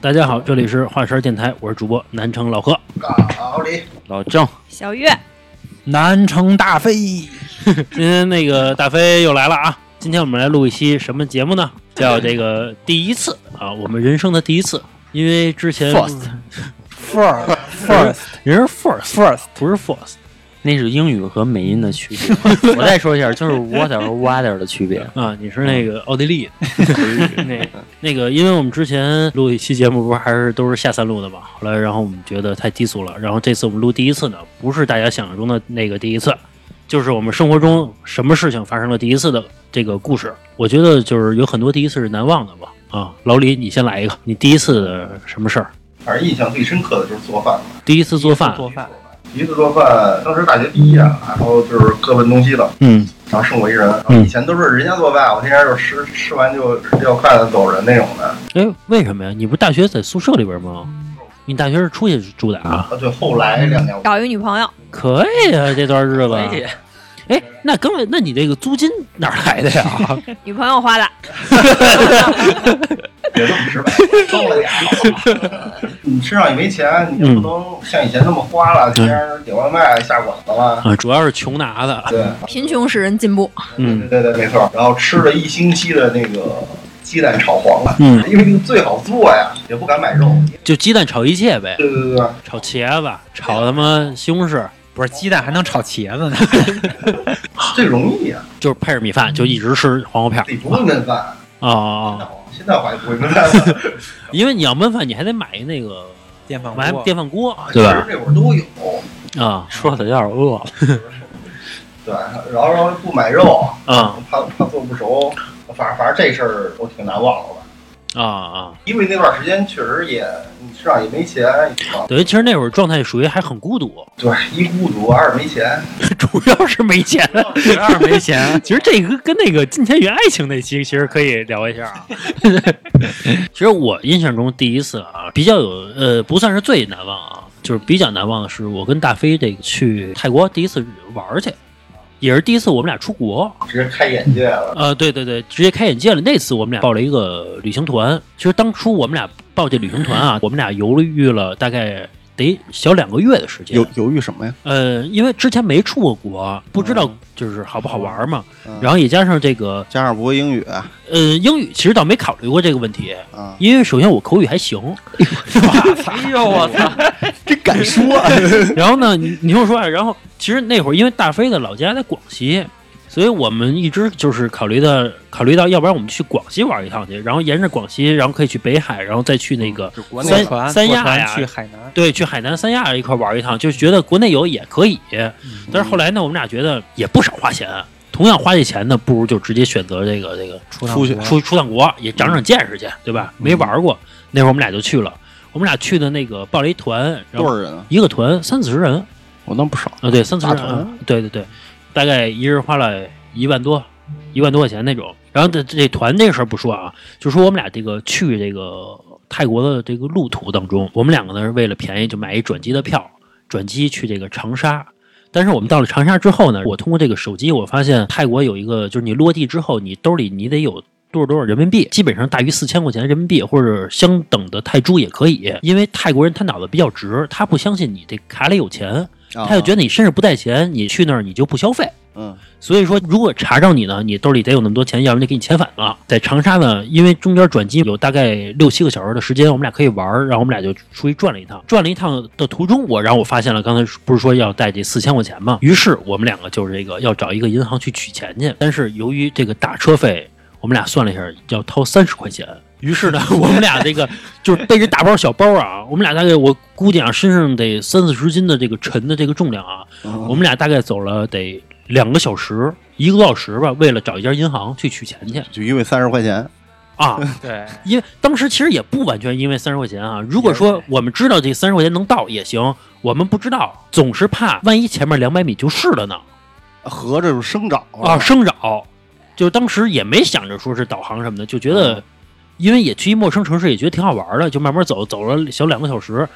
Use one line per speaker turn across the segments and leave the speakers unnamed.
大家好，这里是华山电台，我是主播南城老何，
老李，
老郑，
小月，
南城大飞，
今天那个大飞又来了啊！今天我们来录一期什么节目呢？叫这个第一次啊，我们人生的第一次。因为之前
First
first first
人是 first，
first，
不是 first
那是英语和美音的区别。我再说一下，就是 water 和 water 的区别。
啊，你是那个奥地利的 那那个，因为我们之前录一期节目，不是还是都是下三录的嘛？后来然后我们觉得太低俗了，然后这次我们录第一次呢，不是大家想象中的那个第一次，就是我们生活中什么事情发生了第一次的这个故事。我觉得就是有很多第一次是难忘的吧。啊，老李，你先来一个，你第一次的什么事儿？
反正印象最深刻的就是做饭了。
第一次做饭，
做饭，
第一次做饭，当时大学毕业，然后就是各奔东西了，
嗯，
然后剩我一人。然后以前都是人家做饭，我天天就吃吃完就撂筷子走人那种的。
哎，为什么呀？你不是大学在宿舍里边吗？你大学是出去住的啊？
啊，对，后来两年我
找一女朋友，
可以啊，这段日子。哎，那根本，那你这个租金哪儿来的呀？
女朋友花的，
别这么直白，受了点儿。你身上也没钱，你就不能像以前那么花了，天天点外卖下馆子了。
啊，主要是穷拿的。
对，
贫穷使人进步。
嗯
对对对，没错。然后吃了一星期的那个鸡蛋炒黄了，
嗯，
因为那个最好做呀，也不敢买肉。
就鸡蛋炒一切呗，
对对对对。
炒茄子，炒他妈西红柿，
不是鸡蛋还能炒茄子呢，
最容易啊，
就是配着米饭，就一直吃黄瓜片儿
自己不会焖饭。
啊啊！啊
现在我还不会焖饭了，
因为你要焖饭，你还得买那个
电饭
买
锅。
电饭锅，
其
对
实
吧？
这会儿都有。
啊
说的有点饿了，
对，然后然后不买肉，
啊
怕怕做不熟，反正反正这事儿我挺难忘的吧。
啊啊！
因为那段时间确实也，你身上也没钱，你知道吗
等于其实那会儿状态属于还很孤独，
对，一孤独，二没钱，
主要是没钱。
实在是没 钱。
其实这个跟那个《金钱与爱情》那期其实可以聊一下啊。其实我印象中第一次啊，比较有呃，不算是最难忘啊，就是比较难忘的是我跟大飞这个去泰国第一次玩儿去，也是第一次我们俩出国。
直接开眼界了。
呃，对对对，直接开眼界了。那次我们俩呃报了一个旅行团，其实当初我们俩报这旅行团啊，我们俩犹豫了大概得小两个月的时间。
犹犹豫什么呀？
呃，因为之前没出过国，不知道就是好不好玩嘛，
嗯
然后也加上这个
加上不会英语啊，
呃，英语其实倒没考虑过这个问题，因为首先我口语还行，
哎呦我操！
这敢 说？
然后呢，你你听我说啊，然后其实那会儿因为大飞的老家在广西，所以我们一直就是考虑的考虑到，要不然我们去广西玩一趟去，然后沿着广西，然后可以去北海，然后再去那个
就国
三
内船，
三亚
国
呀
船去海南，
对，去海南三亚一块玩一趟，就是觉得国内游也可以。
嗯
但是后来呢，我们俩觉得也不少花钱，同样花这钱呢，不如就直接选择这个这个
出嗯
出去
趟国
出出趟国也长长见识去，对吧？没玩过，那会儿我们俩就去了。我们俩去的那个报了一团，然
多
后
少人啊？
一个团三四十人
我那不少。
啊，对，三四十人，
大团
啊对对对，大概一人花了一万多，一万多块钱那种。然后这这团这事儿不说啊，就说我们俩这个去这个泰国的这个路途当中，我们两个呢是为了便宜就买一转机的票，转机去这个长沙。但是我们到了长沙之后呢，我通过这个手机，我发现泰国有一个，就是你落地之后，你兜里你得有多少多少人民币，基本上大于四千块钱人民币或者相等的泰铢也可以，因为泰国人他脑子比较直，他不相信你这卡里有钱，他就觉得
得，
你身上不带钱，你去那儿你就不消费。
嗯，
所以说，如果查着你呢，你兜里得有那么多钱，要不然就给你遣返了。在长沙呢，因为中间转机有大概六七个小时的时间，我们俩可以玩儿，然后我们俩就出去转了一趟。转了一趟的途中，我然后我发现了，刚才不是说要带这四千块钱吗？于是我们两个就是这个要找一个银行去取钱去，但是由于这个打车费，我们俩算了一下要掏三十块钱。于是呢，我们俩这个就是背着大包小包啊，我们俩大概我估计啊，身上得三四十斤的这个沉的这个重量啊，我
我
们俩大概走了得两个小时，一个多小时吧，为了找一家银行去取钱去
就因为三十块钱，
啊。
对，
因为当时其实也不完全因为三十块钱啊。如果说我们知道这三十块钱能到也行，我们不知道，总是怕万一前面两百米就是了呢
合着就生长了
啊，生扰。就当时也没想着说是导航什么的，就觉
哦
得，因为也去一陌生城市，也觉得挺好玩的，就慢慢走，走了小两个小时，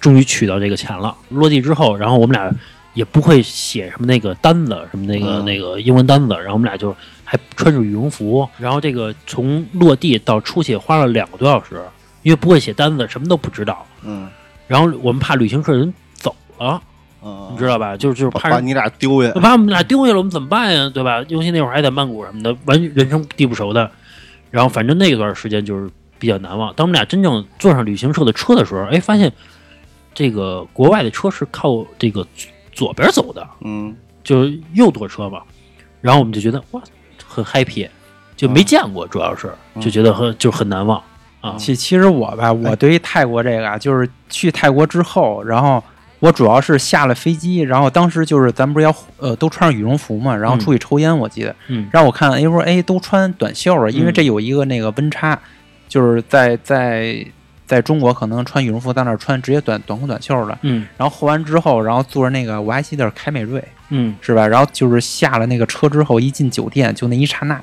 终于取到这个钱了。落地之后，然后我们俩也不会写什么那个单子，什么那个、
嗯
那个英文单子，然后我们俩就还穿着羽绒服，然后这个从落地到出去花了两个多小时，因为不会写单子，什么都不知道。
嗯
然后我们怕旅行社人走了，
嗯，
你知道吧？就是就是
把
怕
把
人
你俩丢下，
把我们俩丢下了，我们怎么办呀？对吧？尤其那会儿还在曼谷什么的，完人生地不熟的。然后反正那段时间就是比较难忘。当我们俩真正坐上旅行社的车的时候，哎，发现这个国外的车是靠这个左边走的，
嗯
就是右舵车嘛。然后我们就觉得哇，很 happy，就没见过，主要是
嗯
就觉得很就很难忘啊。
其其实我吧，我对于泰国这个啊，就是去泰国之后，然后我主要是下了飞机，然后当时就是咱们不是要呃都穿上羽绒服嘛，然后出去抽烟，我记得，
嗯
让我看，哎我说哎都穿短袖啊，因为
嗯
这有一个那个温差，就是在在在中国可能穿羽绒服，在那儿穿直接短短裤短袖的，
嗯
然后换完之后，然后坐着那个我还记得是凯美瑞
嗯，
是吧？然后就是下了那个车之后，一进酒店就那一刹那，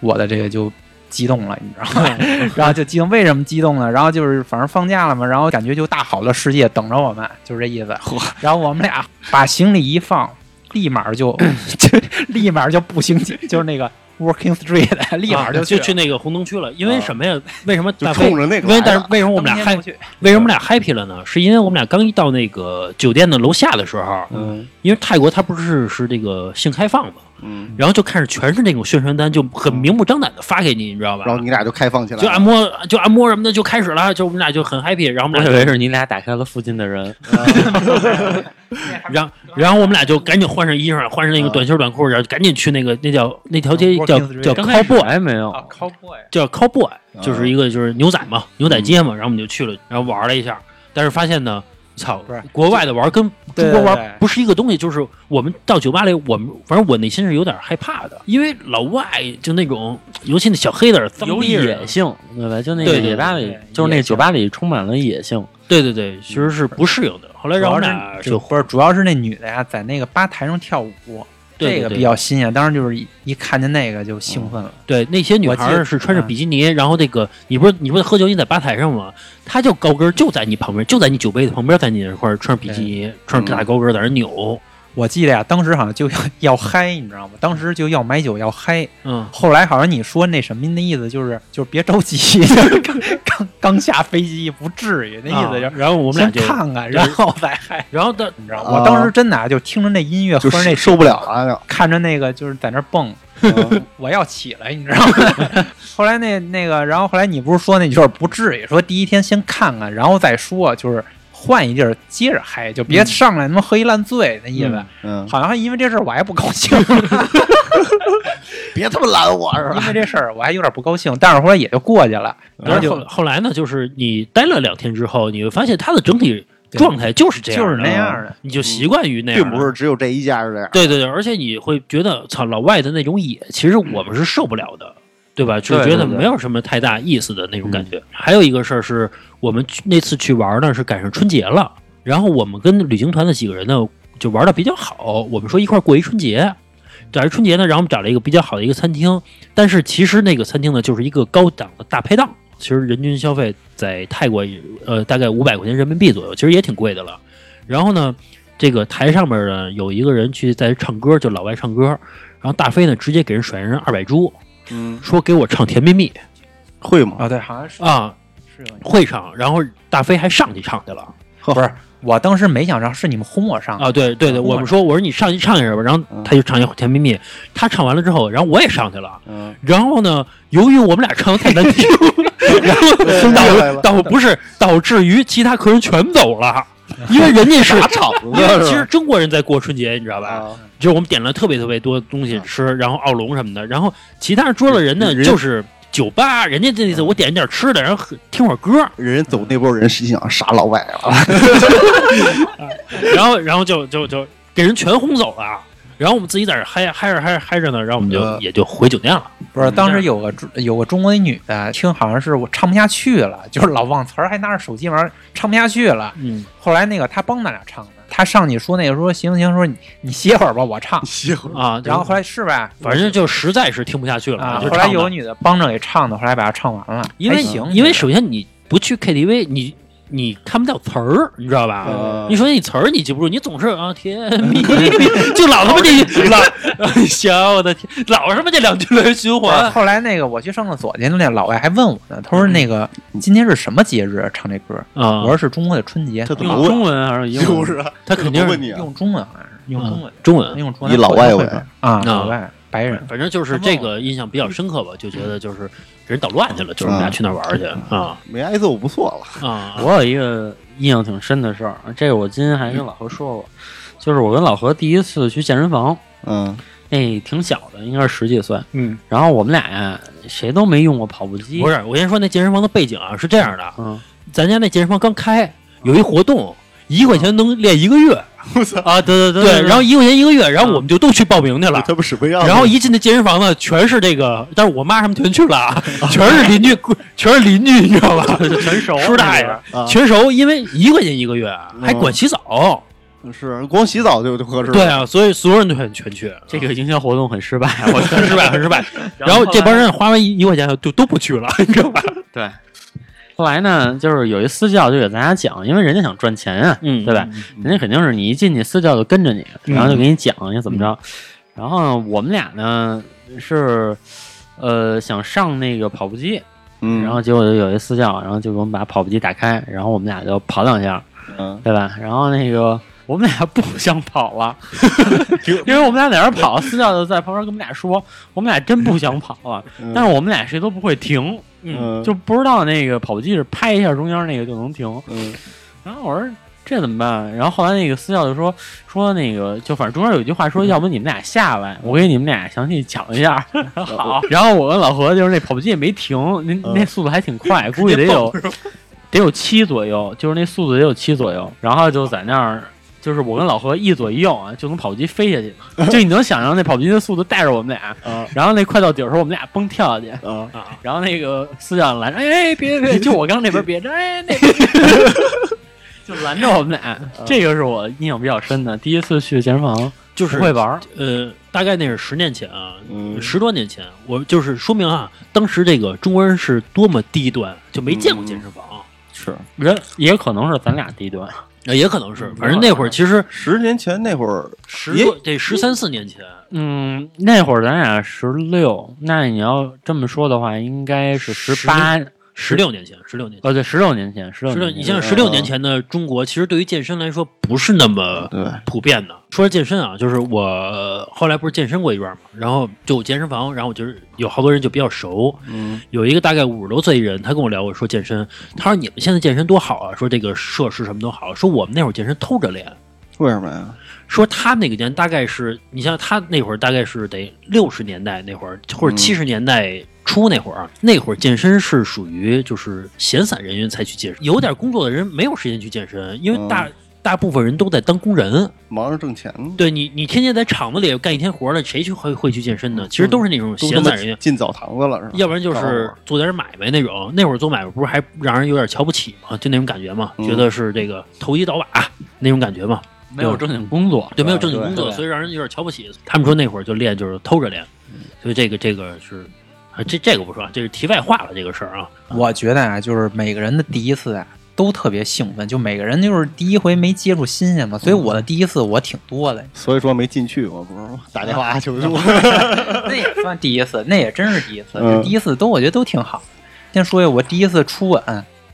我的这个就激动了，你知道吗？然后就激动，为什么激动呢？然后就是反正放假了嘛，然后感觉就大好的世界等着我们，就是这意思。然后我们俩把行李一放，立马就 就立马就步行，就是那个 Working Street，立马
啊就
去
去那个红灯区了，因为什么呀？为什么
啊就
大飞
冲着那
因
个
为
来
但
的
是为什么我们俩嗨？为什么我们俩 happy 了呢？是因为我们俩刚一到那个酒店的楼下的时候，
嗯
因为泰国它不是是这个性开放嘛，
嗯，
然后就开始全是那种宣传单，就很明目张胆的发给你，你知道吧
然？后你俩就开放起来
就按
了，
摩就按摩什么的就开始了，就我们俩就很 happy，然后我
我
们
以
俩
为是你俩打开了附近的人，
嗯
然后然后我们俩就赶紧换上衣裳，换上那个
啊
短袖短裤，然后赶紧去那个那叫那条街
Working
叫
Street
叫
刚
Cowboy
还没
啊
有，
Cowboy，
叫 Cowboy，就是
啊
一个就是牛仔嘛，牛仔街
嗯
嘛，然后我们就去了，然后玩了一下，但是发现呢，操
不是，
国外的玩跟
对
中国
对对
玩不是一个东西，就是我们到酒吧里，我们反正我内心是有点害怕的，因为老外就那种，尤其那小黑子儿脏
有
逼人
野性，对吧？就那个
对对对
酒吧里
对，
就是那
野
个
性
酒吧里充满了野性。
对对对，其实是不适应的。后来
嗯主
让我
要
们
是
俩
就
就
不是，主要是那女的呀，在那个吧台上跳舞，
对
这
对
个
对嗯
比较新鲜。当时就是一一看见那个就兴奋了，
对那些女
我
孩
记
儿
得
是穿着
嗯
比基尼，然后那个你不是你不是喝酒你在吧台上吗？她就高跟儿就在你旁边，就在你酒杯子旁边，在你那块儿穿着比基尼，穿
嗯
着大高跟儿在那儿扭，
我记得呀，当时好像就要要嗨，你知道吗？当时就要买酒要嗨。
嗯。
后来好像你说那什么那意思就是就是别 着急，就是刚刚刚下飞机不至于，那意思就是
啊然后我们俩
先
就，
看看，
对
然后再嗨。
然后到
你知道
啊
吗，我当时真的啊就听着那音乐，
就
喝着那
受受不了了，
看着那个就是在那儿蹦，
嗯
我要起来，你知道 吗？后来那那个，然后后来你不是说那就是不至于，说第一天先看看，然后再说，就是换一地儿接着嗨，就别上来他妈喝一烂醉那意思。
嗯，
好像还因为这事儿我还不高兴，
别他妈拦我
啊
是吧？
因为这事儿我还有点不高兴，但是后来也就过去了。
然
然
后
后
后
就
后来呢，就是你待了两天之后，你会发现他的整体状态就是这样，啊
就是那，样嗯的，
你就习惯于那样，
并不是。只有这一家是这样，
对对对，而且你会觉得，操，老外的那种野，其实我们是受不了的，对吧？就
嗯对
觉得
对对嗯
没有什么太大意思的那种感觉。还有一个事儿是，我们去那次去玩呢，是赶上春节了，然后我们跟旅行团的几个人呢，就玩的比较好，我们说一块儿过一春节。在这春节呢，然后我们找了一个比较好的一个餐厅，但是其实那个餐厅呢，就是一个高档的大排档，其实人均消费在泰国也呃大概五百块钱人民币左右，其实也挺贵的了。然后呢，这个台上面呢有一个人去在这唱歌，就老外唱歌，然后大飞呢直接给人甩人二百铢，
嗯，
说给我唱《甜蜜蜜
会吗？
啊，对，好像是》
啊，
是有
会唱，然后大飞还上去唱去了
不是？我当时没想着是你们轰我上的，
啊，对
嗯
对对，
啊
我们说我说你上去唱一下吧，然后他就唱一《甜蜜蜜》，他唱完了之后，然后我也上去了。
嗯，
然后呢？由于我们俩唱的太难 听，然后
兄弟来
导
了
导不是导致于其他客人全走了，因为人家是
打场子
因为其
是
实中国人在过春节，你知道
吧？
吧？
啊
就是我们点了特别特别多东西吃，然后奥龙什么的，然后其他桌的人呢，
人嗯
就是酒吧，人家这意思我点点吃的，然后听会儿歌，
人家走那波人心想杀老外啊
啊
了，
然后然后就就就给人全轰走了。啊然后我们自己在这儿嗨嗨着嗨着嗨着呢，然后我们就、
呃
也就回酒店了。
不是，
嗯
当时有个中有个中国一女的，听好像是我唱不下去了，就是老忘词儿，还拿着手机玩儿，唱不下去了。
嗯，
后来那个她帮咱俩唱的，她上去说那个说行行，说你你歇会儿吧，我唱。
歇会儿
啊，
然后后
来
来是吧，
反正就实在是听不下去了，
啊，
就
后来
唱
有
吧
个女的帮着给唱的，后来把她唱完了，
因为
还行，
因为首先你不去 KTV，你你看不到词儿，你知道吧？
嗯
你说你词儿你记不住，你总是啊甜 蜜，就老他妈这老行，我的天，老他妈这两句来循
我
环。
后来那个我去上厕所去，那老外还问我呢，他说
嗯
那个今天是什么节日唱这歌？
啊
我，说是中国的春节，
他怎么
用中文还是英文？
就是啊
他肯定
问
是
你啊，
用中文好像是用中文，
中文，
用中文。
以老外为
嗯啊，
嗯
老外白人，
反正就是这个印象比较深刻吧，就觉得就是人捣乱去了，就是我们俩去那儿玩儿去啊
没挨揍不错 了。
啊
我有一个印象挺深的事儿，这个我今天还跟老何说过，就是我跟老何第一次去健身房，
嗯，
那挺小的，应该是十几岁，
嗯，
然后我们俩呀，谁都没用过跑步机，
不 是，我先说那健身房的背景啊，是这样的，
嗯，
咱家那健身房刚开，有一活动，一块钱能练一个月，
啊，对对
对，然后一块钱一个月，然后
嗯
我们就都去报名去了。
他不使不要。
啊然后一进那健身房呢，全是这个，但是我妈他们全去了 啊，全是邻居，全是邻居，你知道吧？
全熟
叔大爷，
啊
全熟，因为一块钱一个月，还
嗯
管洗澡，
是光洗澡就就合适。
对，啊，所以所有人都很全去，
这个营销活动很失败，啊我
很失败，很失败。 然后这帮人花完一一块钱就都不去了，你知道吧？
对。后来呢，就是有一私教就给大家讲，因为人家想赚钱啊，
嗯
对吧？人家肯定是你一进去，私教就跟着你，然后就给你讲你怎么
嗯
着。然后呢我们俩呢是，呃，想上那个跑步机，
嗯，
然后结果就有一私教，然后就给我们把跑步机打开，然后我们俩就跑两下，
嗯
对吧？然后那个我们俩不想跑 了，因为我们俩在那儿跑，私教就在旁边跟我们俩说，我们俩真不想跑了，
嗯
但是我们俩谁都不会停，
嗯
就不知道那个跑步机是拍一下中间那个就能停。
嗯
然后我说这怎么办？然后后来那个私教就说说那个就反正中间有一句话说，要不你们俩下来，我给你们俩详细讲一下。好，然后我跟老何就是那跑步机也没停，那
嗯
那速度还挺快，估计得有得有七左右，就是那速度得有七左右。然后就在那儿。就是我跟老何一左一右啊，就从跑步机飞下去了。就你能想象那跑步机的速度带着我们俩，
啊
然后那快到底儿的时候，我们俩蹦跳下去，
啊，
然后那个司长拦着，哎，别别别， 就我刚那边别着，哎，那边 就拦着我们俩。这个是我印象比较深的，第一次去健身房
就
不
是
会玩儿，
呃，大概那是十年前啊，
嗯
十多年前，我就是说明啊，当时这个中国人是多么低端，就没见过健身房，
是
人也可能是咱俩低端，
呃也可能是，反正那会儿其实
十年前那会儿，
十
也
多得十三四年前，
嗯，那会儿咱俩十六，那你要这么说的话，应该是十八，
十六年前，十六年前。
哦，对，十六年前，十六
十六，
年
你
前，
像十六年前的中国，其实对于健身来说不是那么
对，
普遍的。说健身啊，就是我呃后来不是健身过一段嘛，然后就有健身房，然后我就是有好多人就比较熟，
嗯
有一个大概五十多岁一人，他跟我聊，我说健身，他说你们现在健身多好啊，说这个设施什么都好，说我们那会儿健身偷着练，
为什么呀？
说他那个年大概是你像他那会儿大概是得六十年代那会儿或者
嗯
七十年代。初那会儿，啊那会儿健身是属于就是闲散人员才去健身，有点工作的人没有时间去健身，因为大、
嗯
大部分人都在当工人。
忙着挣钱，
对你，你天天在厂子里干一天活儿了，谁去会会去健身呢？其实都是那种
都
闲
他妈
散人员，
进澡堂子了是吧？
要不然就
干
是
活
做点买卖那种。那会儿做买卖不是还让人有点瞧不起嘛，就那种感觉嘛，
嗯
觉得是这个投机倒把啊那种感觉嘛，
没有正经工作，
对，没有正经
对
工作，
对
所以让人有点瞧不起。他们说那会儿就练就是偷着练，
嗯
所以这个这个是。啊，这这个不说，这是题外话了，这个事儿啊，
我觉得啊，就是每个人的第一次啊，都特别兴奋，就每个人就是第一回没接触新鲜嘛，所以我的第一次我挺多的，
所以说没进去，我不是打电话求助。
那也算第一次，那也真是第一次，
嗯
就第一次都我觉得都挺好。先说一下我第一次初吻，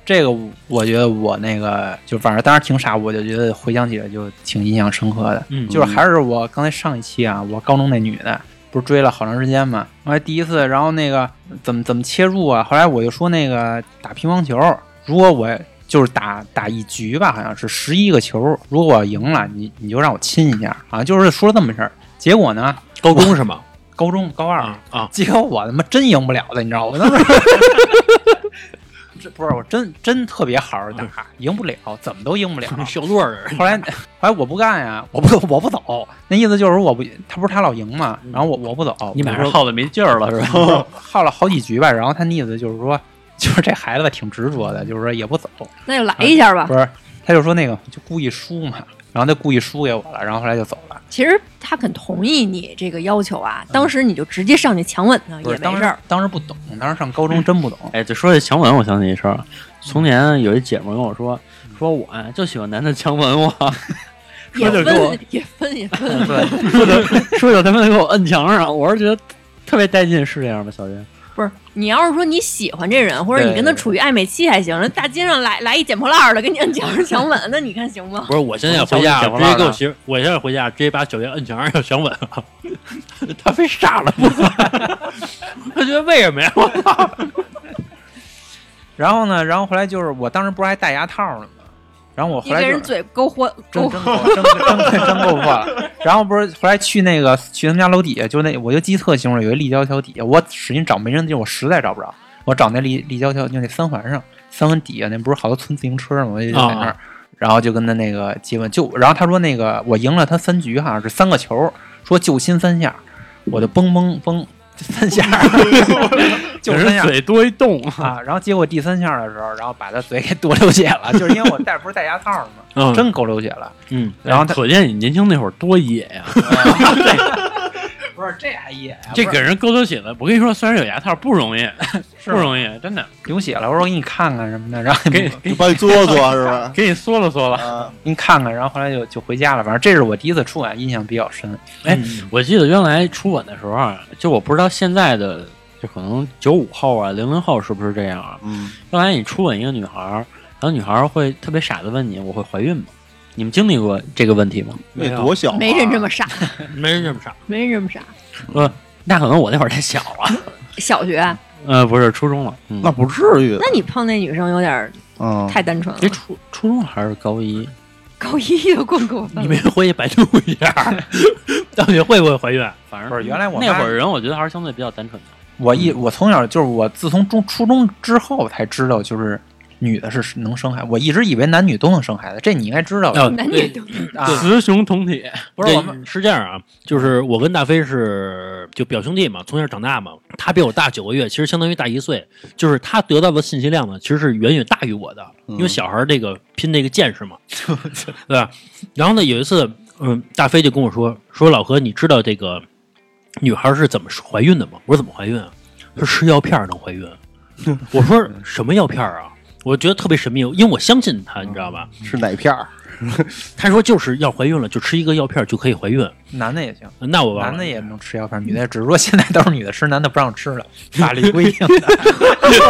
这个我觉得我那个就反正当时挺傻，我就觉得回想起来就挺印象深刻的。
嗯
就是还是我刚才上一期啊，我高中那女的不是追了好长时间嘛，后来第一次，然后那个怎么怎么切入啊？后来我就说那个打乒乓球，如果我就是打打一局吧，好像是十一个球，如果我赢了，你你就让我亲一下，好像就是说了这么事儿。结果呢，
高中是吗？
高中高
嗯
二
啊啊，
结果我他妈真赢不了的，你知道吗？ 我当时这不是我真真特别好好打，赢不了，怎么都赢不了。
小乐啊 儿，
后来后来我不干呀，我不我不走，那意思就是我不他不是他老赢嘛，
嗯
然后我我不走，
你
我
买上
说
耗的没劲儿了是吧？
耗了好几局吧，然后他那意思就是说，就是这孩子吧挺执着的，就是说也不走，
那就来一下吧
啊不。是他就说那个就故意输嘛，然后就故意输给我了，然后后来就走了。
其实他肯同意你这个要求啊，当时你就直接上去强吻他
不
也
是当
没事
时
儿。
当时不懂，当时上高中真不懂，
哎，就说这强吻，我想起一事儿，从前有一姐们儿跟我说，说我呀就喜欢男的强吻我，
也
说就给我
分 也分也 分，
说的 说有他妈给我摁墙上，我是觉得特别带劲，是这样吗？小云，
不是你要是说你喜欢这人，或者你跟他处于暧昧期还行，人大街上来来一捡破烂儿的，给你摁脚上强 吻，那你看行吗？
不是，我现在要回家，直接
啊
给我媳妇，我现在回家直接把小月摁墙上要强吻 了，他非傻了不管， 他觉得为什么呀？我
然后呢，然后后来就是我当时不是还戴牙套呢吗？然后我
你
回来
给
就
人嘴勾破
真
勾
真够真真真真够破了。然后不是后来去那个去他们家楼底下，就那我就记特清楚，有一立交桥底下，我使劲找没人的地儿，我实在找不着，我找那立立交桥就那三环上，三环底下那不是好多村自行车吗？我就在那儿。
啊
然后就跟他那个接吻，就然后他说那个我赢了他三局，好像是三个球，说就亲三下，我就嘣嘣嘣三下， 就
有
三
人
下，
嘴多一动，
啊，然后结果第三下的时候，然后把他嘴给剁流血了，就是因为我戴不是戴牙套了吗？
嗯
真够流血了。
嗯，
哎
然后他
可见你年轻那会儿多野呀、
不是这还野呀
这给人勾头血了。我跟你说，虽然有牙套不容易，不容易，真的
流血了，我说我给你看看什么的，然后
给
给
给
把你嘬嘬是 吧？
给你缩了缩了。
啊，
你看看，然后后来就就回家了。反正这是我第一次出来，印象比较深。
哎，我记得原来初吻的时候啊，就我不知道现在的，就可能九五后啊、零零后是不是这样啊？
嗯，
原来你初吻一个女孩儿，然后女孩儿会特别傻的问你：“我会怀孕吗？”你们经历过这个问题吗？
那多小啊，
没人这么傻，
没人这么傻，
没人这么傻。
那可能我那会儿太小了，
小学，
呃，不是初中了，嗯
啊
那不至于
那你碰那女生有点儿
啊。
太单纯了
嗯
这。哎初初中还是高 一？
高一就过过分
你
了
没，回去百度一 下，到底会不会怀孕？
反正
不是原来我妈
那会儿人，我觉得还是相对比较单纯的。
我一我从小就是我自从中初中之后才知道，就是女的是能生孩子。我一直以为男女都能生孩子，这你应该知道
哦
的
嗯
男女都
啊。
雌雄同体，
不是
对
我们
是这样啊，就是我跟大飞是就表兄弟嘛，从小长大嘛，他比我大九个月，其实相当于大一岁，就是他得到的信息量呢，其实是远远大于我的，
嗯
因为小孩儿这个拼这个见识 嘛，对吧？然后呢，有一次，嗯，大飞就跟我说，说老何，你知道这个女孩是怎么怀孕的吗？我说怎么怀孕啊？他说吃药片儿能怀 孕。我说什么药片儿啊？我觉得特别神秘，因为我相信他，你知道吧？
是哪片儿？
他说就是要怀孕了，就吃一个药片儿就可以怀孕。
男的也行，
那我忘了，
男的也能吃药片，女的也只是说现在都是女的吃，男的不让吃了，法律规定的。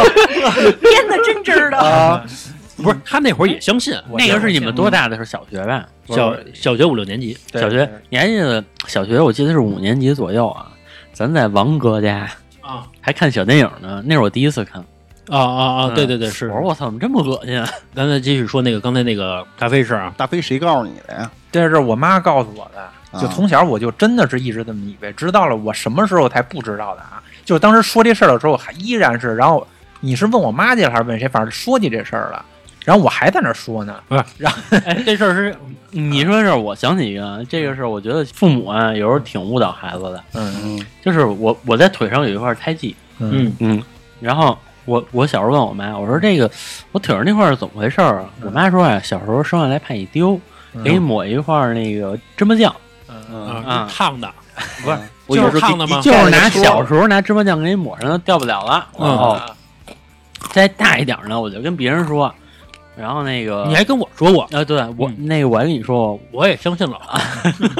编的真真儿
啊
的。
不是他那会儿也相信，
我
那
见
个
过
是你们多大的时候？小学吧？
小小学五六年级，啊
对
小学，你还记得小学？我记得是五年级左右啊，咱在王哥家
啊
还看小电影呢，那是我第一次看。
啊啊啊！
嗯
对对对，是
我。说我操，怎么这么恶心啊？
咱再继续说那个刚才那个咖啡事儿啊，
大飞谁告诉你的呀？
这是我妈告诉我的，
啊
就从小我就真的是一直这么以为，直到了我什么时候才不知道的啊？就是当时说这事儿的时候，我还依然是，然后你是问我妈去了还是问谁？反正说起这事儿了，然后我还在那儿说呢，
哎这事儿是
嗯
你说这，我想起一个，这个是我觉得父母啊，有时候挺误导孩子的。
嗯
就是我我在腿上有一块胎记，
嗯
嗯，然后我我小时候问我妈，我说这个我腿上那块儿是怎么回事儿啊？我妈说啊，小时候生下来怕你丢，给你抹一块儿那个芝麻酱，
嗯，
啊，
嗯
是烫的，
不是，我
就
有
是
时候
烫的吗
一
就是拿小时候拿芝麻酱给你抹上，掉不了了。
嗯
然后再大一点儿呢，我就跟别人说，然后那个
你还跟我说过，
啊，对我
嗯
那个我还跟你说，啊
我也相信了。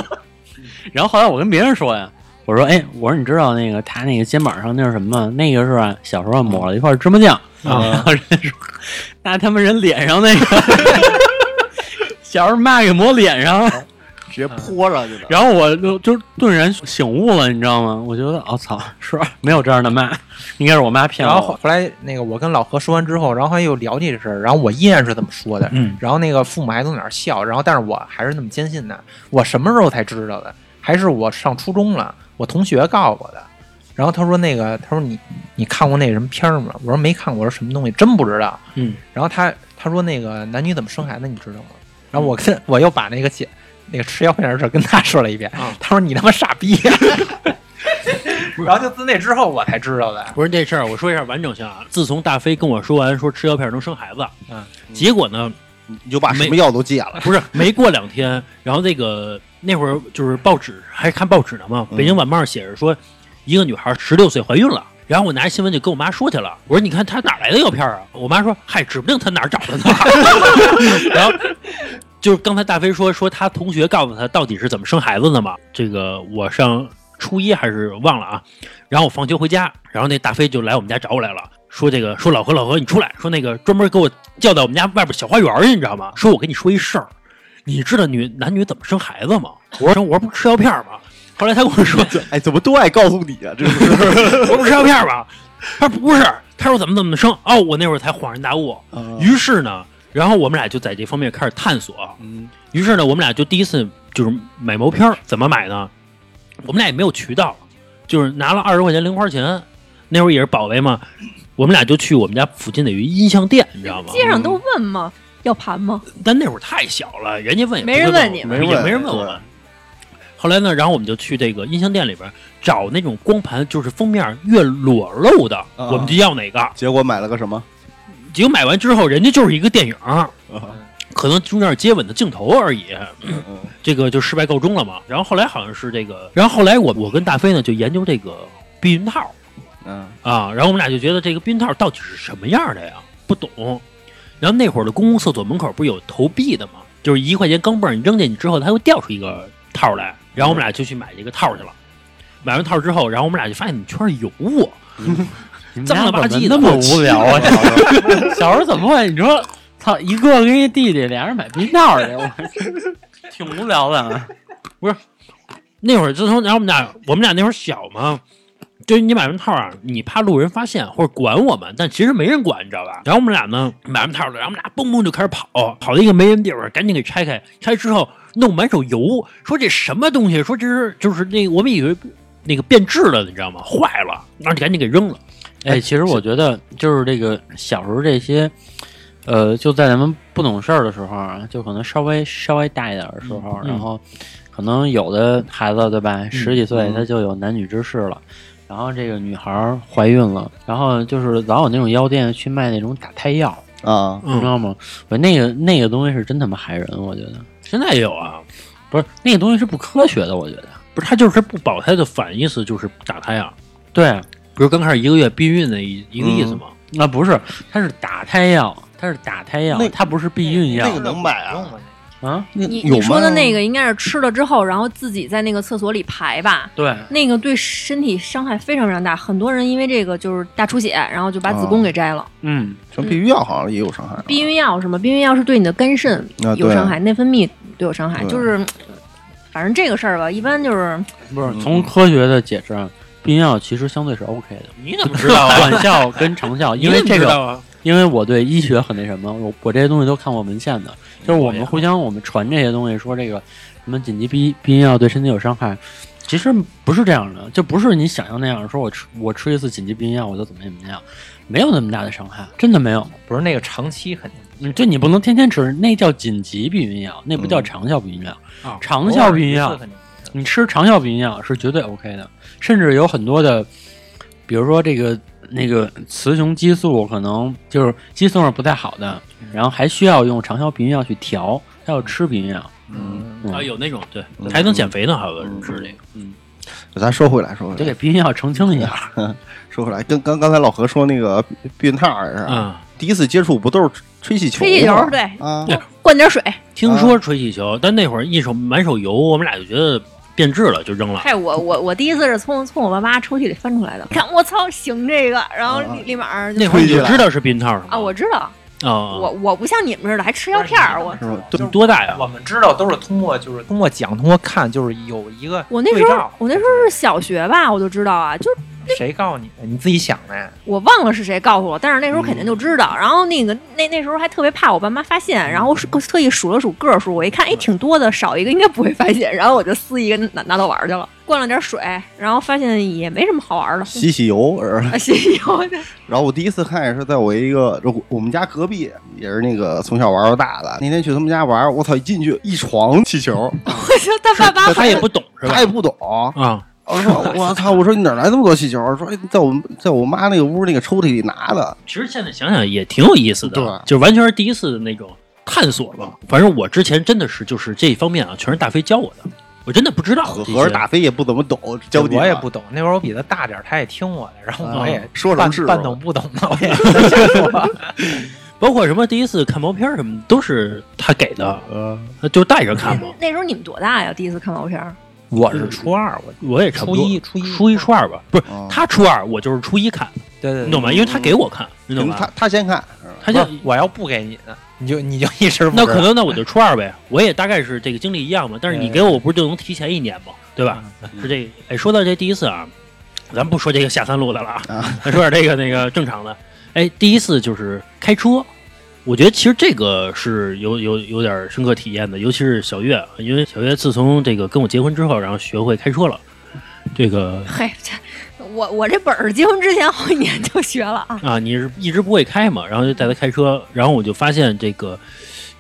然后后来我跟别人说呀，我说哎，我说你知道那个他那个肩膀上那是什么吗？那个是吧小时候抹了一块芝麻酱，然后人家说那他们人脸上那个 小时候妈给抹脸上，
直接泼上去的。
然后我就就顿然醒悟了，你知道吗？我觉得我操，是没有这样的妈，应该是我妈骗
然后后
我。
后来那个我跟老何说完之后，然后后来又聊起这事儿，然后我依然是这么说的，
嗯，
然后那个父母还都在那儿笑，然后但是我还是那么坚信的。我什么时候才知道的？还是我上初中了，我同学告诉我的。然后他说那个，他说你你看过那什么片儿吗？我说没看过，我说什么东西真不知道。
嗯，
然后他他说那个男女怎么生孩子你知道吗？然后
嗯
我跟我又把那个姐那个吃药片的事儿跟他说了一遍，
啊
他说你他妈傻逼、啊 然后就自那之后我才知道
嗯
的。
不是这事儿，我说一下完整性啊。自从大飞跟我说完说吃药片能生孩子，
嗯，
结果呢，
你就把
没
什么药都戒了。
不是没过两天，然后那个那会儿就是报纸还看报纸呢嘛，
嗯
北京晚报上写着说，一个女孩十六岁怀孕了，然后我拿新闻就跟我妈说去了，我说你看他哪来的药片啊？我妈说嗨，指不定他哪儿找的呢。 然后就是刚才大飞说说他同学告诉他到底是怎么生孩子的嘛，这个我上初一还是忘了啊。然后我放学回家，然后那大飞就来我们家找我来了，说这个说老何老何你出来，说那个专门给我叫到我们家外边小花园去，你知道吗？说我跟你说一事儿，你知道女男女怎么生孩子吗？我说我说不是吃药片儿吗？后来他跟我说，
哎，怎么都爱告诉你啊？这是
我说不是药片儿吧？他说不是，他说怎么怎么生哦，我那会儿才恍然大悟。于是呢，然后我们俩就在这方面开始探索。
嗯
于是呢，我们俩就第一次就是买毛片儿，怎么买呢？我们俩也没有渠道，就是拿了二十块钱零花钱，那会儿也是宝贝嘛。我们俩就去我们家附近的一音像店，你知道吗？
街上都问吗？要盘吗？
但那会儿太小了，人家问也不会
没人问你
我
们
们
没
也
问
没人问我们。后来呢，然后我们就去这个音像店里边找那种光盘，就是封面越裸露的，我们就要哪个。
结果买了个什 么？
结果买完之后，人家就是一个电影，
啊
可能中间有接吻的镜头而已，
嗯
这个就失败告终了嘛。然后后来好像是这个，然后后来我我跟大飞呢就研究这个避孕套，
嗯
啊，然后我们俩就觉得这个避孕套到底是什么样的呀？不懂。然后那会儿的公共厕所门口不是有投币的吗？就是一块钱钢镚儿，你扔进去之后，它会掉出一个套来。然后我们俩就去买这个套去了。买完套之后，然后我们俩就发现怎么圈儿有我，
你们
脏
家
了吧
怎么
唧的
那么无聊啊！小时候， 小时候怎么会？你说，操，一个跟一弟弟俩人买避孕套去，我 挺无聊的啊。
那会儿自从然后我们俩我们俩那会儿小嘛，就是你买完套啊，你怕路人发现或者管我们，但其实没人管，你知道吧？然后我们俩呢买完套了，然后我们俩蹦蹦就开始跑，跑到一个没人地方，赶紧给拆开，拆之后弄满手油，说这什么东西？说这是就是那个我们以为那个变质了，你知道吗？坏了，然后就赶紧给扔了。
哎，其实我觉得就是这个小时候这些，呃，就在咱们不懂事儿的时候啊，就可能稍微稍微大一点的时候，
嗯
然后可能有的孩子对吧，十几岁
嗯
他就有男女之事了。然后这个女孩儿怀孕了，然后就是老有那种药店去卖那种打胎药，
啊，
你知道吗？我那个那个东西是真他妈害人，我觉得
现在也有啊，
不是那个东西是不科学的，我觉得
不是他就是不保胎的反义词就是打胎啊，
对，
不是刚开始一个月避孕的一一个意思吗？
啊不是，它是打胎药，它是打胎药
那，
它不是避孕药
那个能买啊？
啊，
你
有
你说的
吗
那个应该是吃了之后，然后自己在那个厕所里排吧。
对。
那个对身体伤害非常非常大，很多人因为这个就是大出血，然后就把子
啊
宫给摘了。
嗯，
什么避孕药好像也有伤害啊。
避孕药什么？避孕药是对你的肝肾
啊
有
对
伤害，内分泌都有伤害。
对
就是，反正这个事儿吧，一般就是
不是
嗯
从科学的解释啊，避孕药其实相对是 OK 的，
你怎么知道 啊？
短效跟 长效，因为
你怎么
这
知
个，
道啊，
因为我对医学很那什么，我我这些东西都看过文献的，就是我
我也
们互相我们传这些东西，说这个什么紧急避避孕药对身体有伤害，其实不是这样的，就不是你想象那样，说我吃我吃一次紧急避孕药我就怎么怎么样，没有那么大的伤害，真的没有。
不是那个长期肯定
嗯，对你不能天天吃，那叫紧急避孕药，那不叫
嗯
长效避孕药。
啊
长效避孕
偶尔一
药
次，肯定
你吃长效避孕药是绝对 OK 的，甚至有很多的，比如说这个那个雌雄激素可能就是激素是不太好的，
嗯
然后还需要用长效避孕药去调，还要吃避孕药。
嗯，
啊，有那种对，
嗯
还能减肥呢，好多人吃这个。
咱说回来，说
嗯
就给
回来，
避孕药澄清一下，
说回来，跟刚刚才老何说那个避避孕套儿是啊
嗯，
吧，第一次接触不都是吹气球
吹气球
吗？，
对，
啊，
灌点水。
听说吹气球，但那会儿一手满手油，我们俩就觉得变质了，就扔了。
嗨，我我我第一次是从从我爸妈抽屉里翻出来的，看我操，行这个，然后
啊
立立马就
那会儿你
吹起
就
来
知道是避孕套是吗？
啊，我知道，
啊，
我我不像你们似的还吃药片儿，我
是吧？
就
对
是
你多大呀？
我们知道都是通过就是通过讲通过看，就是有一个
我那时
对
候
照
我那时候是小学吧，我就知道啊，就
谁告诉你的？你自己想的呀。
我忘了是谁告诉我，但是那时候肯定
嗯
就知道。然后那个那那时候还特别怕我爸妈发现，然后是特意数了数个数，我一看，哎，挺多的，少一个应该不会发现。然后我就撕一个拿拿到玩儿去了，灌了点水，然后发现也没什么好玩儿的。
洗洗油，是吧
啊，谢谢我的
然后我第一次看也是在我一个我我们家隔壁，也是那个从小玩到大的。那天去他们家玩，我操，一进去一床气球，
我就他爸妈
他也不懂是吧
他？也不懂。
啊，
我说我操，我说你哪来那么多气球？说哎在我们在我妈那个屋那个抽屉里拿的。
其实现在想想也挺有意思
对
的，就是完全是第一啊次的那种探索吧。反正我之前真的是就是这一方面啊，全是大飞教我的。我真的不知道
合
这些。
合着大飞也不怎么懂交警，
我也不懂，那会儿我比他大点儿，他也听我的，然后我也
啊说什
半
么是
半
什么
懂不懂的，我也说。
包括什么第一次看毛片儿什么的，都是他给的，
嗯
呃，就带着看嘛。
那时候你们多大呀？第一次看毛片儿？
我是初二，我
我也差不
嗯初
多，
一初一
初一初二吧，不是
嗯
他初二，我就是初一看，
对对，
你懂吗？因为他给我看，你懂
嗯
吗
他？他先看，
他就
我要不给你呢，你就你就一直不
那
知
可
道
能那我就初二呗，我也大概是这个经历一样嘛。但是你给我不是就能提前一年嘛，对吧？是这个。哎，说到这第一次啊，咱不说这个下三路的了啊，咱说点这个那个正常的。哎，第一次就是开车，我觉得其实这个是有有有点深刻体验的，尤其是小月，啊因为小月自从这个跟我结婚之后，然后学会开车了。这个
嘿，这我我这本儿结婚之前好几年就学了啊。
啊，你是一直不会开嘛，然后就带他开车，然后我就发现这个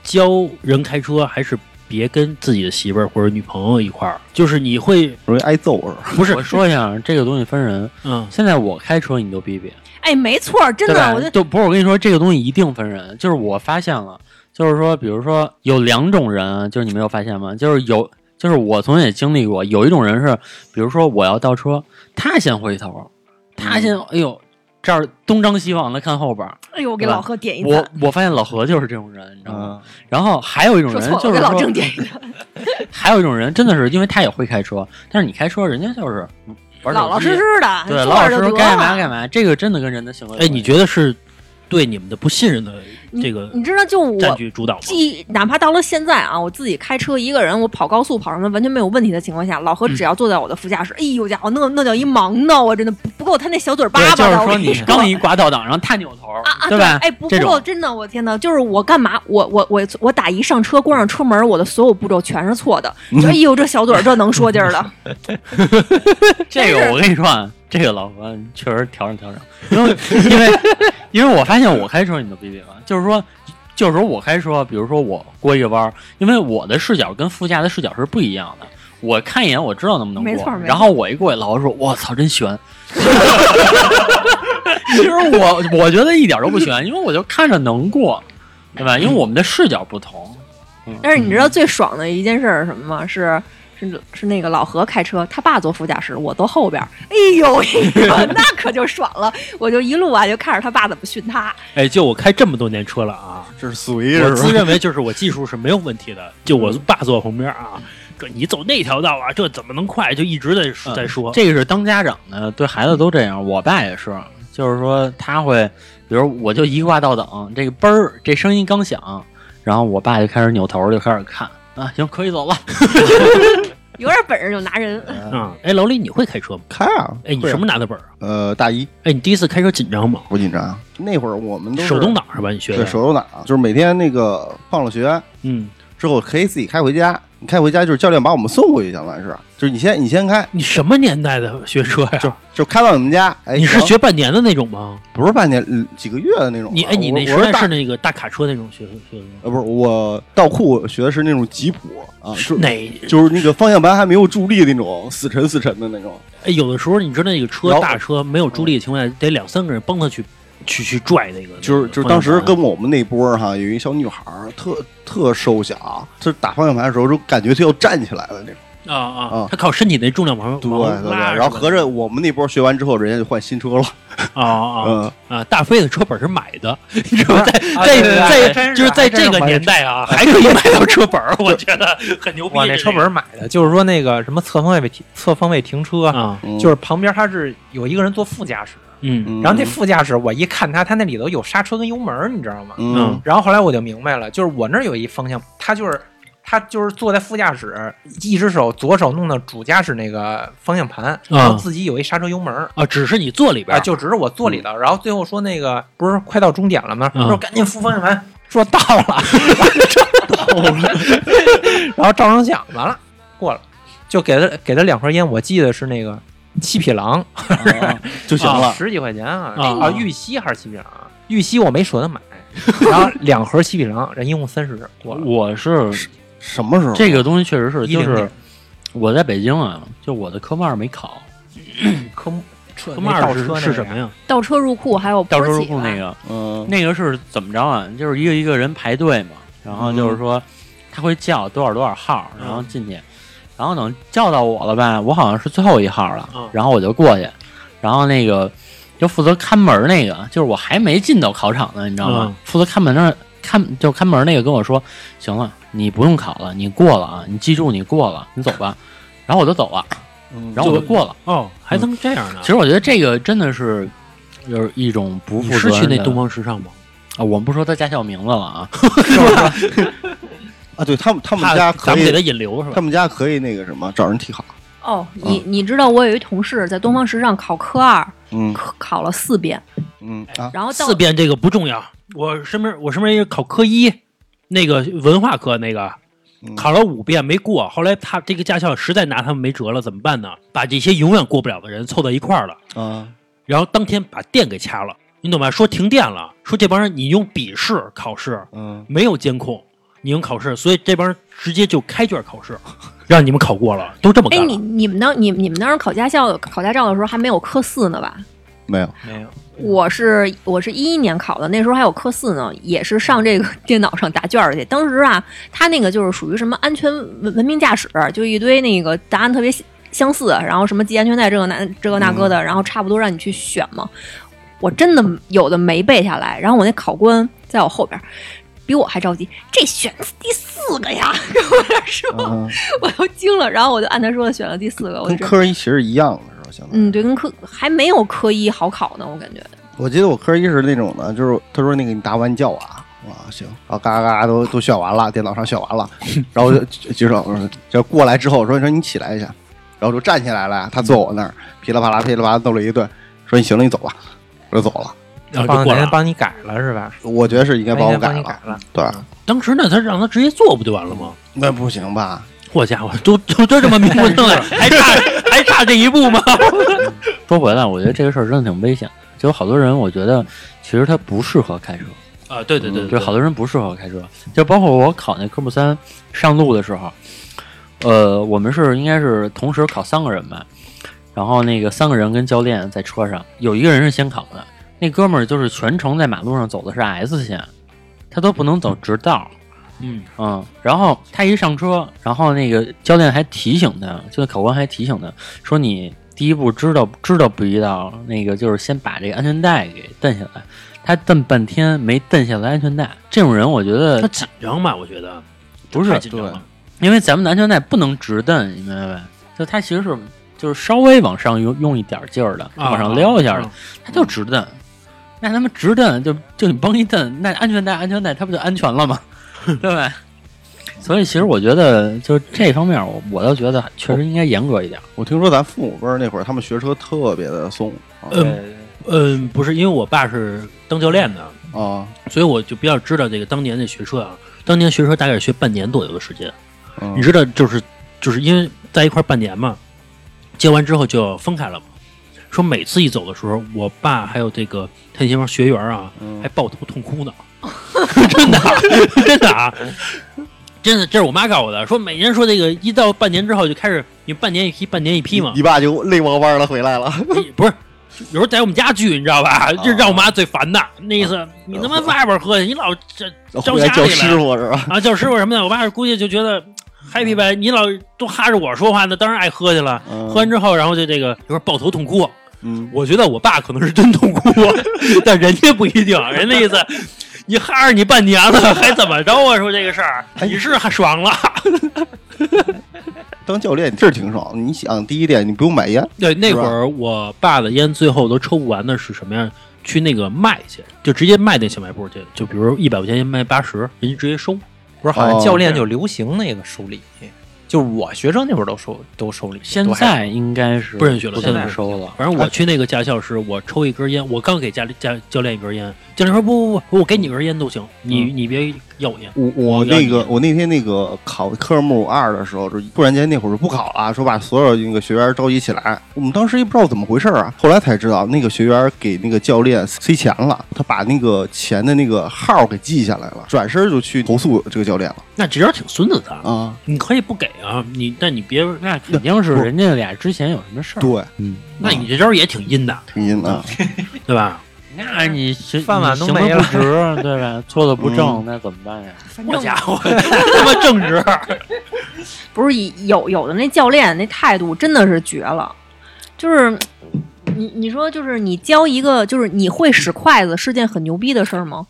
教人开车还是别跟自己的媳妇儿或者女朋友一块儿，就是你会
容易挨揍是吧？
不是
我说一下，这个东西分人。
嗯
现在我开车你就逼逼，
哎，没错儿，真
对
的，
吧
我就？
就不是我跟你说，这个东西一定分人。就是我发现了，就是说，比如说有两种人，啊就是你没有发现吗？就是有，就是我从前也经历过，有一种人是，比如说我要倒车，他先回头，他先，
嗯
哎呦，这儿东张西望的看后边儿。
哎呦，我给老贺点一
我
赞，
我发现老何就是这种人，你知道吗？
嗯，
然后还有一种
说
人
错了，
就
我
是
给老
说
郑点一赞，
还有一种人真的是因为他也会开车，但是你开车人家就是玩手
老老
机
实实的，
对，
坐
老老
着
实
就
实
得
该干嘛
了
干嘛，这个真的跟人的行为有
哎，
关系。
你觉得是对你们的不信任的这个
你知道，就我
占据主导吗？
既哪怕到了现在啊，我自己开车一个人，我跑高速跑什么完全没有问题的情况下，老
嗯
何只要坐在我的副驾驶，哎呦家伙，那那叫一忙呢，我真的不不够他那小嘴巴
对，
巴
就
的。
是
我
说
跟你
你
说
刚一挂倒档，然后他扭头，
啊，
对吧？
哎，不
这
不过
种
真的，我天呐，就是我干嘛？我我我我打一上车，关上车门，我的所有步骤全是错 的。你说，哎呦，这小嘴儿这能说劲儿的，
这
但
个
是
我跟你说啊，这个老何你确实调整调整，因为因为因为我发现我开车你都逼逼了，就是说。就是说我开车，比如说我过一个弯儿，因为我的视角跟副驾的视角是不一样的。我看一眼，我知道能不能
没
过
错。没错
然后我一过去，老何说：“我操，真悬！” 其实我我觉得一点都不悬，因为我就看着能过，对吧？因为我们的视角不同。
但是你知道最爽的一件事儿是什么吗？是是是那个老何开车，他爸坐副驾驶，我坐后边儿。哎呦，我跟你说那可就爽了！我就一路啊，就看着他爸怎么训他。
哎，就我开这么多年车了啊，
这是随
我
是嗯吧
自？认为就是我技术是没有问题的。就我爸坐我旁边啊，这你走那条道啊，这怎么能快？就一直在说
嗯
在说。
这个是当家长的，对孩子都这样。我爸也是，就是说他会，比如我就一挂倒档，这个嘣儿，这声音刚响，然后我爸就开始扭头，就开始看啊，行，可以走了。
有点本事就拿人，
嗯，哎，老李，你会开车吗？
开啊，
哎，你
会啊
什么拿的本儿啊？
呃，大一
哎，你第一次开车紧张吗？
不紧张，那会儿我们都是
手动挡是吧？你学的？
对手动挡，就是每天那个放了学
嗯，
之后可以自己开回家，你开回家就是教练把我们送回去，相当于是，就是你先你先开，
你什么年代的学车呀？
就开到你们家，哎，
你是
行
学半年的那种吗？
不是半年嗯几个月的那种啊？
你哎，你
我
那时
我
代
是大
是那个大卡车那种学学的吗？
呃，不是我倒库学的是那种吉普啊，就是
哪？
就是那个方向盘还没有助力那种，死沉死沉的那种。
哎，有的时候你知道那个车
然后嗯
大车没有助力的情况下，得两三个人帮他去去去拽那个。
就是
那个
就是当时
方向
跟
盘
我们那波儿哈，有一小女孩儿，特特瘦小，她打方向盘的时候就感觉她要站起来了那种。
啊啊
啊，
他靠身体那重量往
对
往
对
往
对，
拉是吧，
然后合着我们那波儿学完之后，人家就换新车了。
啊啊
嗯，啊
啊，大飞的车本是买的， 你知道吗？在
对对
在
还真
在
是
就是在
还真
这
是
个
怀
年
疑
代
嗯
啊，还可以买到车本儿， 我觉得很牛逼。
我那车本儿买的，就是说那个什么侧方位停侧方位停车，
啊，
嗯
就是旁边他是有一个人坐副驾驶，
嗯
嗯
然后那副驾驶我一看他，他那里头有刹车跟油门儿，你知道吗？
嗯
嗯，
然后后来我就明白了，就是我那儿有一方向，他就是他就是坐在副驾驶，一只手左手弄到主驾驶那个方向盘，然后自己有一刹车油门儿。
啊，只是你坐里边
啊，
儿
就只是我坐里头，然后最后说那个不是快到终点了吗？
嗯
说赶紧扶方向盘，说到了， 然后照张相，完了过了，就给他给他两盒烟，我记得是那个七匹狼，
哦就行
啊
了。
十几块钱啊，
啊
啊玉溪还是七匹狼啊，玉溪我没舍得买，然后两盒七匹狼，人一共三十，过了。
我是
什么时候？
这个东西确实是，
10
就
年
是我在北京啊，就我的科目二没考，
科目车
科目二
倒
是
车那
是
个
什么呀？
倒车入库，还有
到
坡
时候
起
用那
吧。
个
嗯，
那个是怎么着啊？就是一个一
嗯
个人排队嘛，然后就是说他会叫多少多少号，然后进去，然后等叫到我了吧，我好像是最后一号了
嗯，
然后我就过去，然后那个就负责看门那个，就是我还没进到考场呢，你知道吗
嗯？
负责看门那儿看就看门那个跟我说，行了，你不用考了，你过了啊，你记住你过了，你走吧。然后我就走了，
嗯
然后我就过了。
哦，还能这样呢？
嗯其实我觉得这个真的是。就是一种不
你
负责
是去
任
那
的
东方时尚吗？
啊，我们不说他家校名字了啊，
啊，对他们他们
怕咱
家可
们给他
以，
引流是吧
他？们家可以那个什么找人替考，
哦，你你知道我有一同事在东方时尚考科二，
嗯
考考了四遍，
嗯啊，
然后到
四遍这个不重要，我身边我身边一个考科一，那个文化课那个
嗯。
考了五遍没过，后来他这个驾校实在拿他们没辙了，怎么办呢？把这些永远过不了的人凑到一块儿了，
啊，
然后当天把电给掐了，你懂吧？说停电了，说这帮人你用笔试考试，
嗯，
没有监控，你用考试，所以这帮人直接就开卷考试， 让你们考过了，都这么
哎，
干
你
了。
你们当你你们当时考驾校考驾照的时候还没有科四呢吧？
没有，
我是我是一一年考的，那时候还有科四呢，也是上这个 电脑上答卷儿去。当时啊，他那个就是属于什么安全文文明驾驶，就一堆那个答案特别相相似，然后什么系安全带这个那这个那个
嗯
的，然后差不多让你去选嘛。我真的有的没背下来，然后我那考官在我后边儿，比我还着急，这选第四个呀， 跟我这说，
嗯，
我都惊了，然后我就按他说的选了第四个，哦我就
跟
知道
科一其实一样的是吧？相当于
嗯，对，跟科还没有科一好考呢，我感觉。
我记得我科一是那种的，就是他说那个你答完叫我啊，啊行，啊嘎嘎嘎都都选完了，电脑上选完了，然后我就举举手，我说就过来之后说说你起来一下，然后就站起来了，他坐我那儿噼里啪啦噼里啪啦弄了一顿，说你行了你走吧，我就走了，
然后就
帮
过了
您。帮你改了是吧？
我觉得是应该帮我
人家
改
帮你
了
改，了，
对，
当时那他让他直接做不就完了 吗？
那不行吧？
我家伙，啊都都都这么明目 张胆，还差还差这一步吗？
说回来，我觉得这个事儿真的挺危险。就有好多人，我觉得其实他不适合开车， 嗯
啊，对对对
就好多人不适合开车。就包括我考那科目三上路的时候，呃，我们是应该是同时考三个人吧，然后那个三个人跟教练在车上，有一个人是先考的，那哥们儿就是全程在马路上走的是 S 线，他都不能走直道。
嗯，
嗯，然后他一上车，然后那个教练还提醒他，就考官还提醒他说：“你第一步知道知道不知道？那个就是先把这个安全带给蹬下来。”他蹬半天没蹬下来安全带，这种人我觉
他
得
紧张吧？我觉得
不是
太紧张了。
因为咱们的安全带不能直蹬，你明白没？就他其实是就是稍微往上用用一点劲儿的，
啊
往上撩一下的，
啊
他就直蹬。那他妈直蹬就就你嘣一蹬，那安全带安全带，他不就安全了吗？ 对不对？所以其实我觉得，就是这方面我，我倒觉得确实应该严格一点。
我听说咱父母辈儿那会儿，他们学车特别的松啊
嗯嗯，不是，因为我爸是当教练的，
啊，
所以我就比较知道这个当年的学车啊。当年学车大概学半年左右的时间，
嗯
你知道，就是就是因为在一块儿半年嘛，结完之后就要分开了嘛。说每次一走的时候，我爸还有这个他那些帮学员啊，
嗯
还抱头痛哭呢， 真的啊真的啊，真的，这是我妈告诉我的，说每年说这个一到半年之后就开始，你半年一批，半年一批嘛，
你爸就泪汪汪的回来了，
不是，有时候在我们家聚，你知道
啊
吧？这让我妈最烦的，那意思你他妈外边喝去，你老这
回来叫师傅是吧？
啊叫师傅什么的，我爸估计就觉得 happy 呗，你老都哈着我说话，那当然爱喝去了。
嗯
喝完之后，然后就这个有点抱头痛哭。
嗯，
我觉得我爸可能是真痛哭，啊 但人家不一定，人家意思。你哈着你半年了，还怎么着啊？说这个事儿，
哎
你是还爽 了？
当教练是挺爽的。你想，第一点你不用买烟，
对，那
是吧
会儿我爸的烟最后都抽不完的是什么呀？去那个卖去，就直接卖那小卖部去，就比如一百块钱卖八十，人家直接收。
不是好像
哦
教练就流行那个收礼，就是我学生那会儿都收都收礼，
现
都还
在应该是
不允许了
不这
现在
么
不
收了。
反正我去那个驾校时，我抽一根烟，我刚给家里家教练一根烟，教练说不不不，我给你根烟都行，你、你别要我烟。
我
我
我
要
那
你
个我那天那个考科目二的时候，就突然间那会儿就不考了，说把所有那个学员召集起来。我们当时也不知道怎么回事儿啊，后来才知道那个学员给那个教练塞钱了，他把那个钱的那个号给记下来了，转身就去投诉这个教练了
那这人挺孙子的啊，
啊。
你可以不给啊，你但你别，
那肯定是人家俩之前有什么事儿。
对，
嗯，
那你这招也挺阴的，
挺阴的。
对吧？
那你行
饭碗
你
都
行
没
得
了
不直，对吧？做的不正，那怎么办呀？
我家伙，他妈正直，
不是以有有的那教练那态度真的是绝了，就是你你说就是你教一个就是你会使筷子是件很牛逼的事儿吗？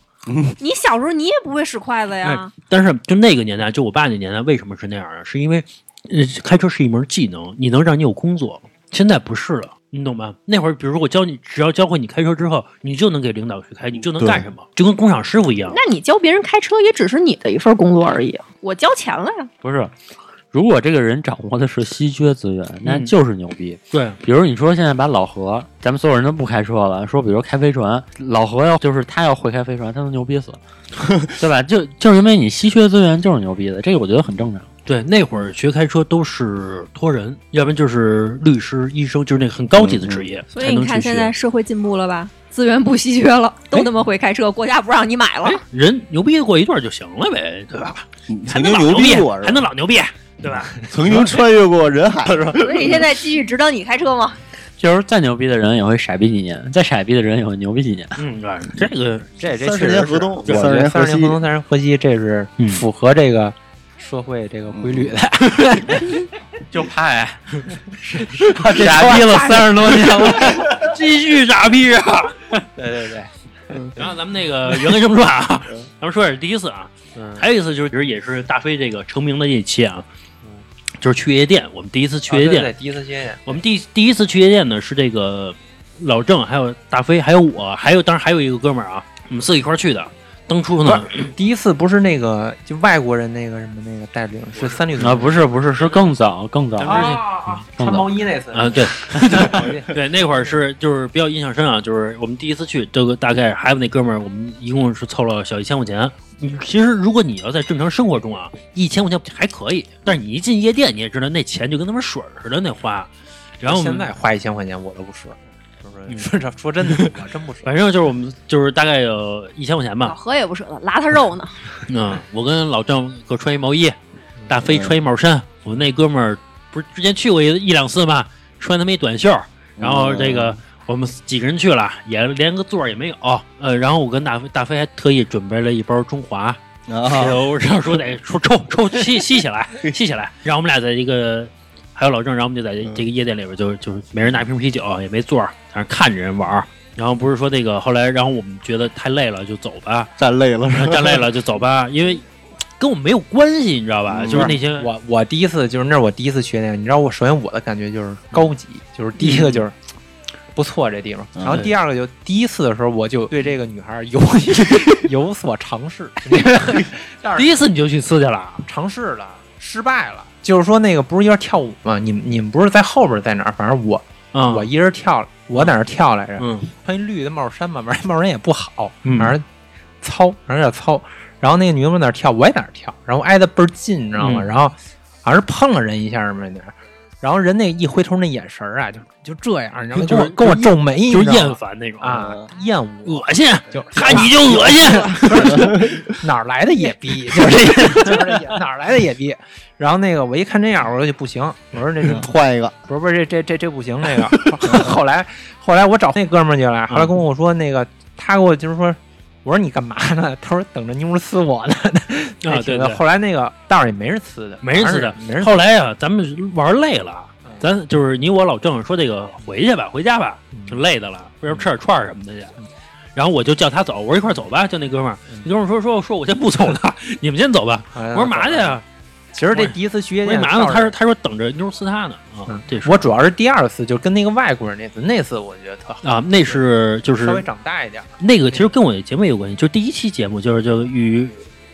你小时候你也不会使筷子呀，
但是就那个年代，就我爸那年代，为什么是那样啊？是因为，呃，开车是一门技能，你能让你有工作。现在不是了，你懂吧？那会儿，比如说我教你，只要教会你开车之后，你就能给领导去开，你就能干什么，就跟工厂师傅一样。
那你教别人开车也只是你的一份工作而已。我交钱了呀，
不是，如果这个人掌握的是稀缺资源，那
嗯
就是牛逼。
对，
比如你说现在把老何，咱们所有人都不开车了，说比如开飞船，老何要就是他要会开飞船，他能牛逼 死，对吧？就就是因为你稀缺资源就是牛逼的，这个我觉得很正常。
对，那会儿学开车都是托人，要不然就是律师、医生，就是那个很高级的职业、
所
才
以
能
你
去
看现在
学。
社会进步了吧，资源不稀缺了，都他妈会开车，国家不让你买了。
人牛逼过一段就行了呗，对吧？
你
还
嗯曾
能
经
老
牛
逼
逼过
还
是吧？
能老牛逼，对吧？
曾经穿越过人海是吧？
所以现在继续指导你开车吗？
就是再牛逼的人也会傻逼几年，再傻逼的人也会牛逼几年。
嗯，对这个
这 这
三十
确实
年
是
河东，
我觉
三十
得
年
三
河
十年
西
河，东，三十年河西，这是
嗯
符合这个社会这个规律 的。
就怕哎， 傻逼了三十多年了，
继续傻逼啊！
对对对，
然后咱们那个 言归正传啊，
嗯
咱们说点第一次啊，还有一次就是就是也是大飞这个成名的这一期啊，就是去夜店，我们第一次去夜
嗯啊对
店，
对，第一次接见，
我们第第一次去夜店呢是这个老郑，还有大飞，还有我，还有当然还有一个哥们儿啊，我们四个一块儿去的。当初呢，
第一次不是那个就外国人那个什么那个带领，是三绿
啊不是不是是更早更早，
咱们是
更早
穿毛衣那次
啊，对 对，那会儿是就是比较印象深啊，就是我们第一次去，这个大概还有那哥们儿，我们一共是凑了小一千块钱。你其实如果你要在正常生活中啊，一千块钱还可以，但是你一进夜店，你也知道那钱就跟他妈水儿似的那花。然后我们
现在花一千块钱我都不舍，就是说说真的，我真不舍。
反正就是我们就是大概有一千块钱
老
吧。
何也不舍得，拉他肉呢。
嗯，我跟老郑各穿一毛衣，大飞穿一帽衫，我们那哥们儿不是之前去过一一两次吗？穿他妈一短袖儿，然后这个我们几个人去了，也连个座儿也没有。呃，然后我跟大飞大飞还特意准备了一包中华，
啊，
然后然后说得说抽抽吸吸起来吸起来，然后我们俩在一个。还有老郑，然后我们就在这这个夜店里边就，就是每人拿一瓶啤酒，也没座儿，反正看着人玩儿。然后不是说那个，后来然后我们觉得太累了，就走吧。
站累了是吧？
嗯站累了就走吧，因为跟我们没有关系，你知道吧？
嗯
就是那些
我我第一次就是那是我第一次去那个，你知道我首先我的感觉就是高级，就是第一个就是不错这地方，
嗯
然后第二个就第一次的时候我就对这个女孩有有所尝试，
第一次你就去刺去了，
尝试了失败了，就是说那个不是一人跳舞吗？你们你们不是在后边在哪儿？反正我
嗯，
我一人跳，我在那儿跳来着，
嗯
穿一绿的帽衫嘛，反正帽衫也不好，
嗯
反正糙，反正有点糙。然后那个女的往哪儿跳，我也哪儿跳，然后挨得倍儿近，你知道吗？
嗯
然后好像是碰了人一下嘛，那儿然后人那一回头那眼神儿啊，就就这样，然后
就
跟
是
我跟我皱眉，你
就是
知道
厌
吗
烦那种，
啊，厌恶，
恶心，
就啊
看你就恶心，啊
哪儿来的野逼，就是这个，就是这野哪儿来的野逼。然后那个我一看这样，我说就不行，我说这个
换一个，
不是不是这这这这不行，那个 后来后来我找那哥们儿去
嗯
了，后来跟我说那个他给我就是说，我说你干嘛呢？ 他说等着妞儿呲我呢。那
啊，对
挺的
对。
后来那个道儿也没人呲的，
没人呲的
反正没人呲
后来啊，咱们玩累了，
嗯
咱就是你我老郑说这个回去吧，回家吧，
嗯
挺累的了，不然吃点串儿什么的去。然后我就叫他走，我说一块儿走吧，就那哥们儿，
嗯
那哥们儿说说说我先不走了，你们先走吧。
后来
哦我说嘛去呀？
其实这第一次去夜
我
店
说嘛呢？
倒
他说他说等着妞儿呲他呢啊
嗯，
这是
我主要是第二次，就跟那个外国人那次，那次我觉得特好，
啊，那是就是
稍微长大一点儿。
那个其实跟我的节目也有关系，就是第一期节目就是就与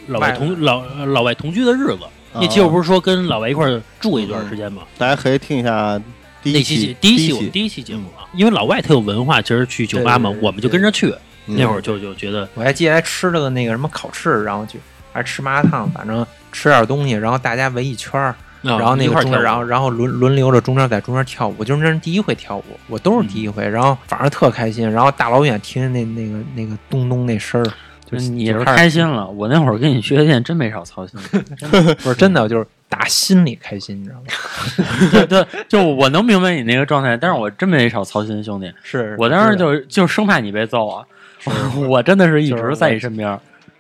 老外
外
同老老外同居的日子，那期
啊
我不是说跟老外一块儿住一段时间吗？
大家可以听一下第
那
一
期节
期，
第
一
一期我们第一期节目啊，因为老外特有文化，其实去酒吧嘛
嗯对对，对嗯
我们就跟着去，那会
儿
儿就就觉得
我还记得还吃了个那个什么烤翅，然后去还吃麻辣烫，反正吃点东西，然后大家围一圈儿。
啊
嗯然后那
一
个
块儿
中
跳舞
间，然后然后轮轮流着中间在中间跳舞，我就是那是第一回跳舞，我都是第一回，然后反正特开心，然后大老远听着那那个那个咚咚那声儿，就
就是
是
你是
开
开心了，我那会儿跟你去夜店真没少操心。
不是真的，就是打心里开心，你知道吗？
对对，就我能明白你那个状态，但是我真没少操心，兄弟。
是
我当时
是的
就就生怕你被揍啊， 我真的是一
就是
直在你身边。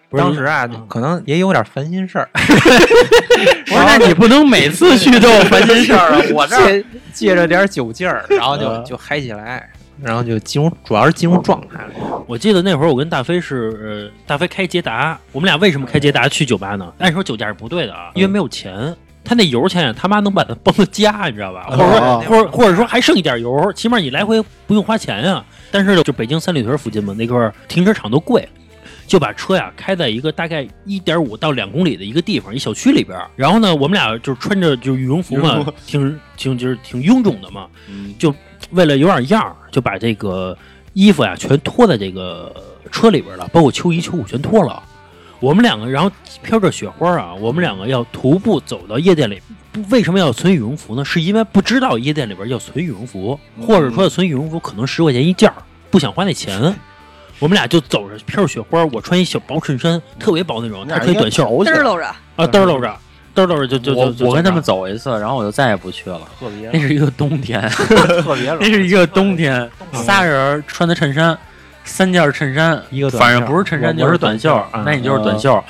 不是
当时啊，可能也有点烦心事儿，
不啊是，那你不能每次去 都有烦心事儿啊！我这
借借着点酒劲儿，然后就就嗨起来，然后就进入，主要是进入状态了。
我记得那会儿我跟大飞是、呃大飞开捷达，我们俩为什么开捷达去酒吧呢？按说酒驾是不对的啊，因为没有钱。他那油钱他妈能把他崩到家，你知道吧？或者说，
哦
或者或者说还剩一点油，起码你来回不用花钱呀、但是就北京三里屯附近嘛，那块儿停车场都贵，就把车呀开在一个大概一点五到两公里的一个地方，一小区里边儿。然后呢，我们俩就穿着就是羽绒服
羽
嘛
绒服，嗯
挺挺就是挺臃肿的嘛，就为了有点样儿，就把这个衣服呀全脱在这个车里边儿了，包括秋衣秋裤全脱了。我们两个，然后飘着雪花啊，我们两个要徒步走到夜店里。不为什么要存羽绒服呢？是因为不知道夜店里边要存羽绒服，
嗯
或者说存羽绒服可能十块钱一件儿，不想花那
嗯
钱。我们俩就走着飘着雪花，我穿一小薄衬衫，特别薄那种，
啊
他穿一短袖
我
嘚溜着，
啊，嘚溜着，嘚溜着就就就
我
就
我跟
就
他们走一次，然后我就再也不去了。
特别
那是一个冬天，
特别冷，
那是一个冬天，
冷
仨人穿的衬衫，三件衬衫，
一个短袖
反正不是衬衫
我
就
我是
短
短
袖嗯
袖，
那你就是短袖。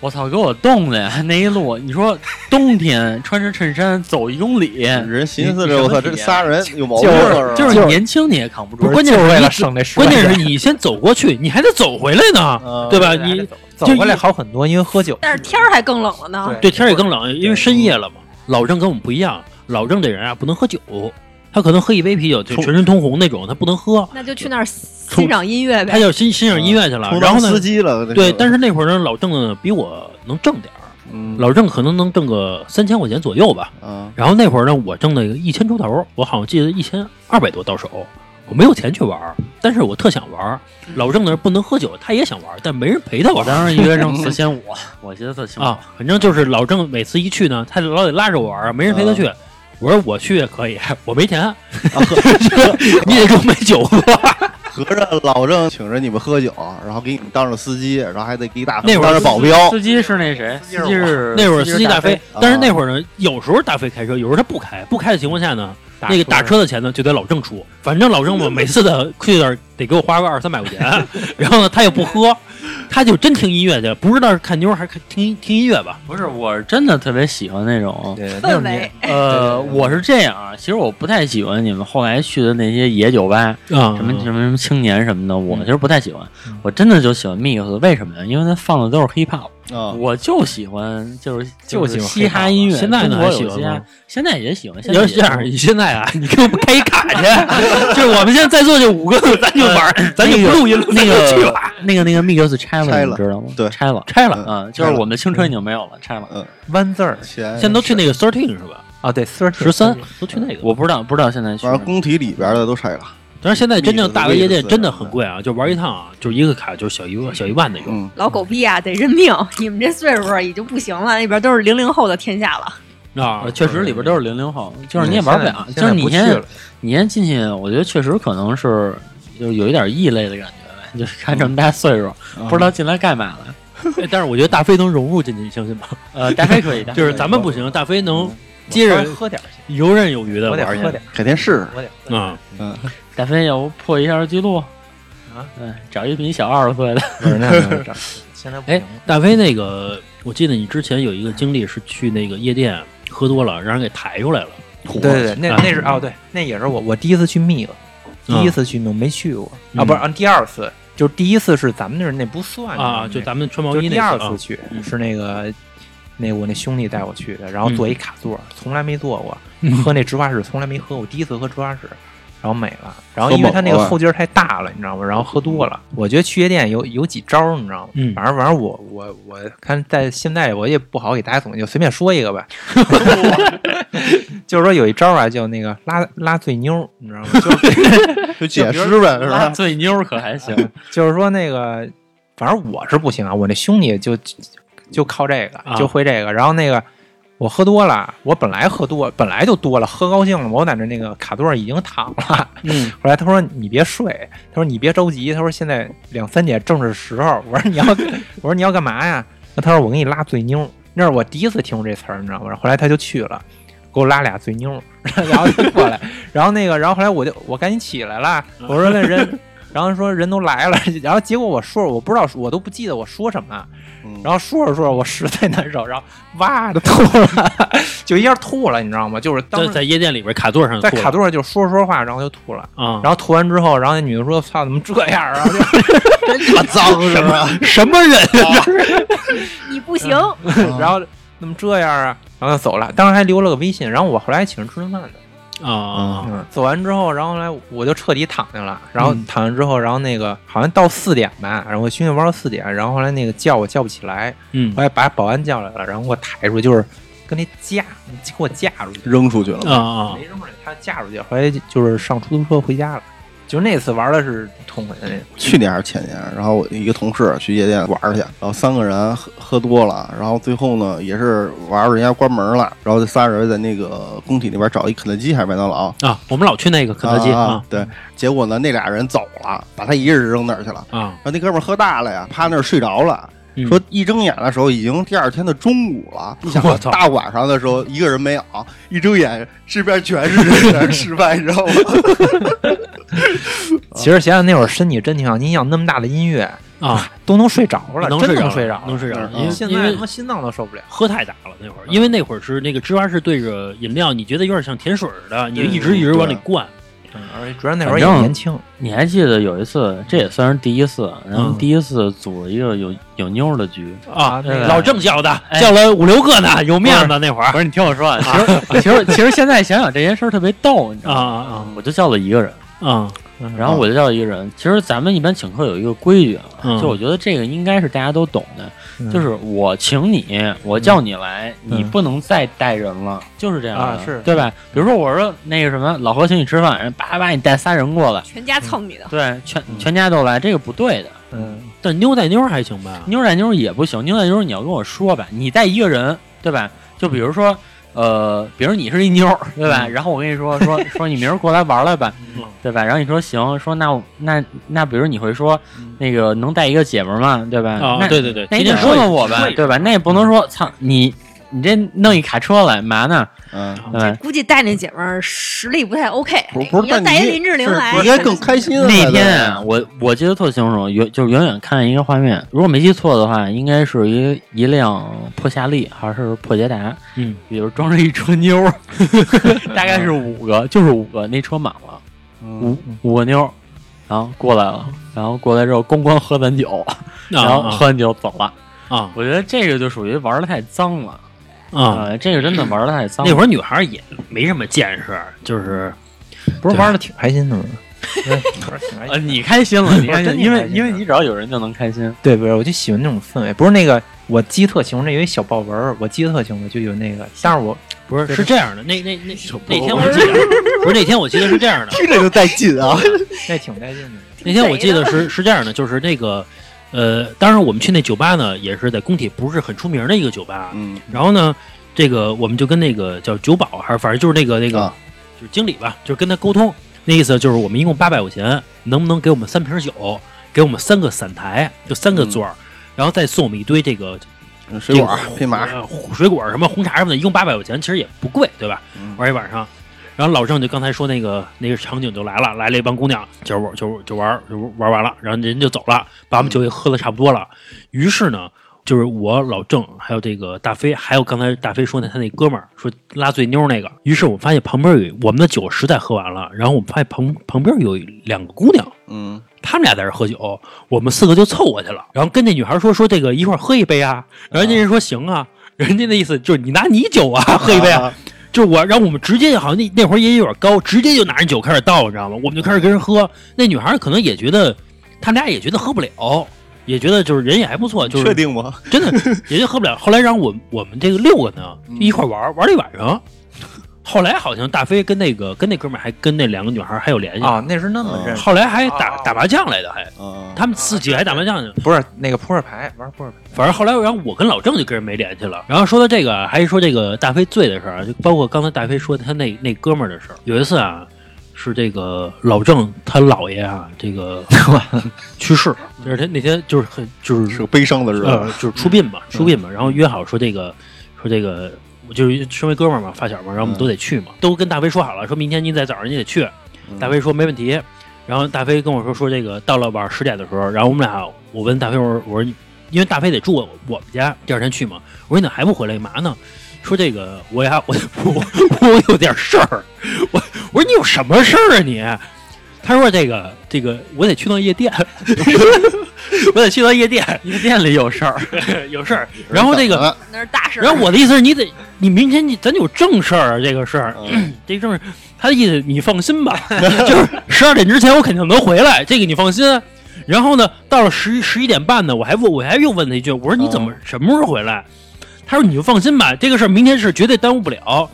我操，给我冻的呀！那一路，你说冬天穿着衬衫走一公里，
人寻思
你你什
着
么
我操，
体
这
验
仨人有毛病
就是
吧
嗯就是年轻你也扛不住，
关键
就是为
你
了省这十块
关
钱，
键是你先走过去，你还得走回来
嗯
呢，对吧？你
走
就
过
一
来好很多，因为喝酒。
但是天儿还更冷了呢。
对天儿也更冷，因为深夜了嘛。老郑跟我们不一样，老郑这人啊不能喝酒，他可能喝一杯啤酒就全身通红那种，他不能喝，
那就去那儿欣赏音乐
他
呗。
就欣欣赏音乐去了。
啊
然
充当
后
司
呢，
机了。
对，但
是
是那会儿呢，老郑呢比我能挣点儿，老郑可能能挣个三千块钱左右吧。
嗯啊，
然后那会儿呢，我挣了一千出头，我好像记得一千二百多到手。我没有钱去玩儿，但是我特想玩儿。老郑呢不能喝酒，他也想玩儿，但没人陪他玩
我
儿。
当时一个月挣四千五，我觉得特轻 松
啊，，反正就是老郑每次一去呢，他老得拉着我玩儿，没人陪他去。
嗯
我说我去也可以，我没
啊
钱， 你得给我买酒喝。
合着老郑请着你们喝酒，然后给你们当着司机，然后还得给你打
那会儿
当着保镖，
司机是那谁？司机是
那会儿司机大飞，但是
啊
那会儿呢，有时候大飞开车，有时候他不开，不开的情况下呢，那个打车的钱呢就得老郑出。反正老郑我每次的去那儿得给我花个二三百块 钱，然后呢他也不喝，他就真听音乐去，不知道是看妞儿还是看听听音乐吧。
不是，我是真的特别喜欢那种。
对，那
氛
种年
围，
呃，我是这样啊，其实我不太喜欢你们后来去的那些野酒吧，
啊
什么什么什么青年什么
嗯
的，我其实不太喜欢。我真的就喜欢 mix，为什么呀？因为它放的都是 hip hop，
啊，
我就喜欢就是
就喜
是
欢
嘻哈
hiphop
音乐。
现在呢
中国
还喜
有
欢
嘻哈
吗
现在也喜欢。现
你
在
要
也
是这样，
喜
你现在啊，你给我们开一卡 去，就是我们现在在座这五个，咱就玩儿，咱就不录音了，
那
咱就去
个
吧。
那个那个 mix 拆
拆
了，你
了
知道吗？
对
拆了。
拆了，嗯
嗯，就是我们的青春已经没有了，拆了。
弯字儿
钱
现在都去那个 thirteen 是吧？
啊，对，四
十三都去那个。
我不知道，不知道现在去
反
哪
正工体里边的都拆了，
但是现在真正大额夜店
Mix，
真的很贵啊，就玩一趟啊，就是一个卡就是小一万小一万那种。
嗯，
老狗逼啊，得认命！ 你们这岁数已经不行了，那边都是零零后的天下了。
啊
儿。确实里边都是零零后，就是你也
嗯
玩不
现在
了，
现
就
在
是你
不去
先
了
你先进去，我觉得确实可能是就是有一点异类的感觉呗， 就是看这么大岁数，不知
啊
道进来干嘛了。
哎但是我觉得大飞能融入进去，你相 信吗？
呃，大飞可以，大飞
就是
可以
咱们不行，大飞能接
嗯我
着
稍微喝点儿去，
游刃有余的
我得
玩
喝
去。
点儿，
改天试试。
我得喝点儿。
啊，
大飞要不破一下记录
啊？
嗯，找一比你小二十岁的，
不是那那 那现在不行
哎，大飞那个，我记得你之前有一个经历是去那个夜店喝多了，让人给抬出来了。
对对对，那
啊
那是哦，对，那也是我我第一次去 mix，第
嗯
一次去 mix 没去过啊，不是啊，第二次就是第一次是咱们那儿那不算
啊，
你
就
知道吗
咱们穿毛
就
衣那
是第
次
二次
啊
去
嗯
是那个那我那兄弟带我去的，然后
嗯
坐一卡座，从来没坐过，喝那直花式从来没喝过，第一次喝直花式。然后美了，然后因为他那
喝
个
猛了
后劲儿太大了，你知道吗？然后喝多了，我觉得去夜店有有几招儿，你知道吗？
嗯
反正反正我我我看在现在我也不好给大家总结，就随便说一个吧。 就是说有一招儿啊，叫那个拉拉醉妞儿，你知道吗？就是
就解释呗，是
拉
吧？
醉妞儿可还行。
就是说那个，反正我是不行啊，我那兄弟就就靠这
啊
个，就会这个。然后那个我喝多了，我本来喝多，本来就多了，喝高兴了，我在那那个卡座上已经躺了。
嗯，
后来他说你别睡，他说你别着急，他说现在两三点正是时候。我说你要， 我说你要干嘛呀？那他说我给你拉醉妞，那是我第一次听过这词儿，你知道吗？后来他就去了，给我拉俩醉 妞，然后就过来，然后那个，然后后来我就我赶紧起来了，我说那人。然后说人都来了， 然后结果我说我不知道，我都不记得我说什么，
嗯
然后说着说着我实在难受，然后哇的吐了，就一下吐了，你知道吗？就是当
在
时
在夜店里边卡座上
在
坐
卡座上就说着说着话，然后就吐了。
啊，
然后吐完之后，然后那女的说：“操，怎么这样啊？”就
真他妈脏是吧？
什么人
你不行，
嗯
然后怎么这样啊？然后就走了，当时还留了个微信。然后我后来还请人吃顿饭呢。
啊？
嗯，走完之后，然后后来我就彻底躺下了。然后
嗯
躺下之后，然后那个好像到四点吧，然后我兄弟玩到四点，然后后来那个叫我叫不起来，
嗯
后来把保安叫来了，然后给我抬出去，就是跟那架给我架出去，
扔出去了
啊啊
没扔出来，他架出去。后来就是上出租车回家了。就那次玩的是痛快的那种，
去年还是前年，然后我一个同事去夜店玩儿去，然后三个人喝喝多了，然后最后呢也是玩儿人家关门了，然后这仨人在那个工体那边找一肯德基还是麦当劳，
嗯
啊！我们老去那个肯德基
啊
啊，
对，结果呢那俩人走了，把他一个人扔那儿去了。
啊
然后那哥们儿喝大了呀，趴那儿睡着了。
嗯
说一睁眼的时候已经第二天的中午了，你想
我操
大晚上的时候一个人没有，一睁眼身边全是 人在那儿吃饭，你知道吗？
其实想想那会儿身体真挺好，你想那么大的音乐
啊，
都能睡着了，
能
真
着
能睡着了。
能睡着了，
嗯
因为
现
因
在
为
他妈心脏都受不了。
喝太大了那会儿，因为那会儿是那个芝华士对着饮料，你觉得有点像甜水儿的，你就一直一直往里灌。
嗯，而且主要那会
反
儿也
正
年轻，
你还记得有一次，这也算是第一次，然后
嗯
第一次组了一个有有妞儿的局，
啊
那个
老郑叫的，叫了五六个呢，有面子那会儿
不是你听我说啊，其实嗯其实其实现在想想这件事儿特别逗，你知
啊
道吗？
啊
我就叫了一个人，
啊啊！
然后我就叫一个人。其实咱们一般请客有一个规矩啊，
嗯
就我觉得这个应该是大家都懂的，
嗯
就是我请你，我叫你来，你不能再带人了，就是这样的
啊是
对吧？比如说我说那个什么老何请你吃饭，人叭叭你带仨人过来，
全家蹭你的，
对，全全家都来，这个不对的。
嗯，
但妞带妞还行吧？
妞儿带妞儿也不行，妞儿带妞儿你要跟我说吧，你带一个人对吧？就比如说，呃，比如你是一妞儿对吧？然后我跟你说说说你明儿过来玩来吧，
嗯
对吧？然后你说行，说那我那那比如你会说那个能带一个姐们儿吗？对吧？
啊，
那
对对对，
那
天
你
天
得说
说啊
说我吧，对吧？那也不能说操你你这弄一卡车来嘛呢？
嗯，
对吧？
估计带那姐们儿实力不太 OK。
不不
你
是，
要
但
带一
你
林志玲
是
来，
你应该更开心啊。
那
对
天啊，我我记得特清楚，远就是远远看一个画面，如果没记错的话，应该是一一辆破夏利还是破捷达，
嗯，
里边装着一车妞 儿，大概是五个，就是五个，那车满了，
嗯
五五个妞儿，然后过来了，然后过来之后咣咣喝咱酒，然后
啊
喝完酒走了。
啊
我觉得这个就属于玩的太脏了
啊！
呃这个真的玩的太脏了。
那会儿女孩也没什么见识，就是
不
是
是
玩
玩的挺开心的吗？
呃，你开心了，你 开
真
心，
的
因
开
为
心
因为你只要有人就能开心。
对，不是，我就喜欢那种氛围。不是那个，我记得特清楚，那有一小豹纹儿，我记得特清楚，就有那个。但是我
不是是这样的。那那那那天
包
我记得不是那天我记得是这 样的，
听着就带劲啊！
那挺带劲的，
那天我记得是是这样的，就是那个，呃，当然我们去那酒吧呢，也是在工体不是很出名的一个酒吧。啊
嗯，
然后呢，这个我们就跟那个叫酒保，还是反正就是那个那个、
啊
就是经理吧，就是跟他沟通，那意思就是我们一共八百块钱，能不能给我们三瓶酒，给我们三个散台，就三个座儿，然后再送我们一堆这个
嗯水果
这个
配麻，
呃水果什么红茶什么的，一共八百块钱，其实也不贵，对吧？
嗯
玩一晚上。然后老郑就刚才说那个那个场景就来了，来了一帮姑娘，就玩就就玩就玩完了，然后人就走了，把
嗯
我们酒也喝的差不多了。于是呢，就是我老郑还有这个大飞，还有刚才大飞说的他那哥们儿说拉醉妞那个。于是我们发现旁边有我们的酒实在喝完了，然后我们发现旁旁边有两个姑娘，
嗯，
他们俩在这儿喝酒，我们四个就凑过去了，然后跟那女孩说说这个一块儿喝一杯啊，然后那人说行啊，人家的意思就是你拿你酒啊喝一杯啊，就是我，然后我们直接好像那那会儿也有点高，直接就拿人酒开始倒，你知道吗？我们就开始跟人喝，那女孩可能也觉得，他们俩也觉得喝不了。也觉得就是人也还不错，就是
确定吗？
真的也就喝不了。后来让我我们这个六个呢就一块玩儿玩了一晚上，后来好像大飞跟那个跟那哥们儿还跟那两个女孩儿还有联系，
啊，那是那么认识，
后来还打
哦
打麻将来的还。
啊，
他们自己还打麻将去。
不是那个扑克牌，玩扑克牌。
反正后来，然后我跟老郑就跟人没联系了。然后说到这个，还说这个大飞醉的事儿啊，就包括刚才大飞说他那那哥们儿的事儿。有一次啊，是这个老郑他姥爷啊，这个去世，就是他那天就是很就是
嗯是个悲伤的日
呃
子，，嗯
就是出殡嘛，出殡嘛，然后约好说这个，说这个，我就是身为哥们儿嘛，发小嘛，然后我们都得去嘛，都跟大飞说好了，说明天你在早上你得去，大飞说没问题，然后大飞跟我说说这个到了晚上十点的时候，然后我们俩我问大飞我说我说你因为大飞得住我我们家，第二天去嘛，我说你怎么还不回来干嘛呢？说这个我呀我我我有点事儿，我我说你有什么事儿啊你？他说这个这个我得去趟夜店， 我得去趟夜店，
夜店里有事儿，
有事儿。然后这个
个
那是大事儿。
然后我的意思是你得，你明天你咱有正事儿啊，这个事儿，
嗯
这正事儿，他的意思你放心吧，就是十二点之前我肯定能回来，这个你放心。啊然后呢，到了十十一点半呢，我还问我还又问他一句，我说你怎么什么时候回来？他说你就放心吧，这个事儿明天是绝对耽误不了。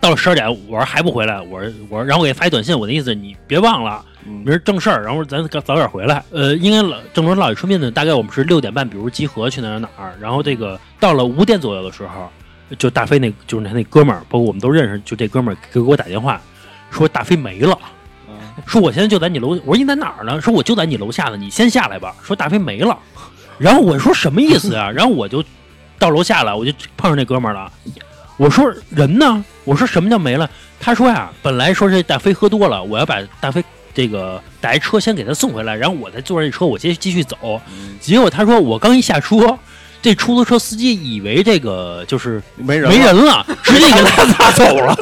到了十二点，我说还不回来，我说我说，然后我给他发一短信，我的意思你别忘了，
嗯
明儿正事儿，然后咱早点回来。呃，应该老郑州老爷春面呢，大概我们是六点半，比如集合去哪儿哪儿，然后这个到了五点左右的时候，就大飞那就是他那哥们儿，包括我们都认识，就这哥们儿给我打电话说大飞没了，说我现在就在你楼，我说你在哪儿呢？说我就在你楼下呢，你先下来吧。说大飞没了，然后我说什么意思啊？然后我就到楼下了，我就碰上那哥们儿了。我说人呢？我说什么叫没了？他说呀，本来说这大飞喝多了，我要把大飞这个打一车先给他送回来，然后我再坐上这车，我接继续走。结果他说我刚一下车，这出租车司机以为这个就是
没人
没
了，
人了，直接给他砸走 了。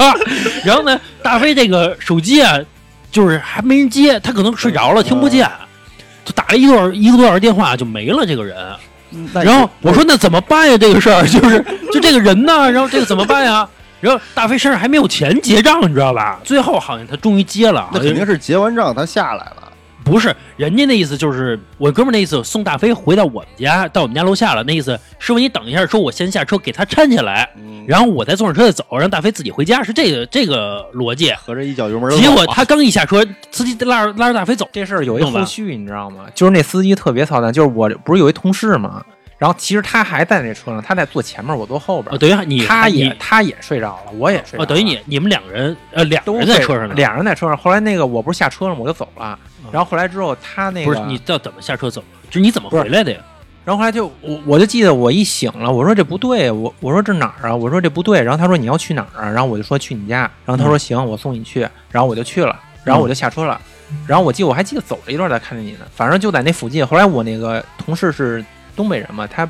然后呢，大飞这个手机啊，就是还没人接，他可能睡着了听不见，就打了一个多小一个多小时电话就没了这个人。然后我说那怎么办呀？这个事儿 就是就这个人呢，然后这个怎么办呀？然后大飞身上还没有钱结账，你知道吧？最后好像他终于结了，
那
好像
肯定是结完账他下来了，
不是人家那意思，就是我哥们儿那意思，送大飞回到我们家，到我们家楼下了。那意思，师傅你等一下，说我先下车给他搀下来，
嗯
然后我再坐上车再走，让大飞自己回家，是这个这个逻辑。
合着一脚油门儿
结果
走啊
他刚一下车，司机拉着拉着大飞走，
这事儿有一
弄吧
后续，你知道吗？就是那司机特别操蛋，就是我不是有一同事嘛，然后其实他还在那车上，他在坐前面，我坐后边
哦，，等于你
他
你
也他也睡着了，我也睡着了。
哦，等于你你们两个人呃两个
都
人在
睡
车上呢，嗯
俩人在车上。后来那个我不是下车了吗，我就走了。然后后来之后他那个
不是你到怎么下车走？就是你怎么
不是
回来的呀？
然后后来就我我就记得我一醒了，我说这不对，我我说这哪儿啊？我说这不对。然后他说你要去哪儿啊？然后我就说去你家。然后他说行，我送你去。然后我就去了，然后我就下车了。然后我记得我还记得走了一段才看见你呢，反正就在那附近。后来我那个同事是东北人嘛，他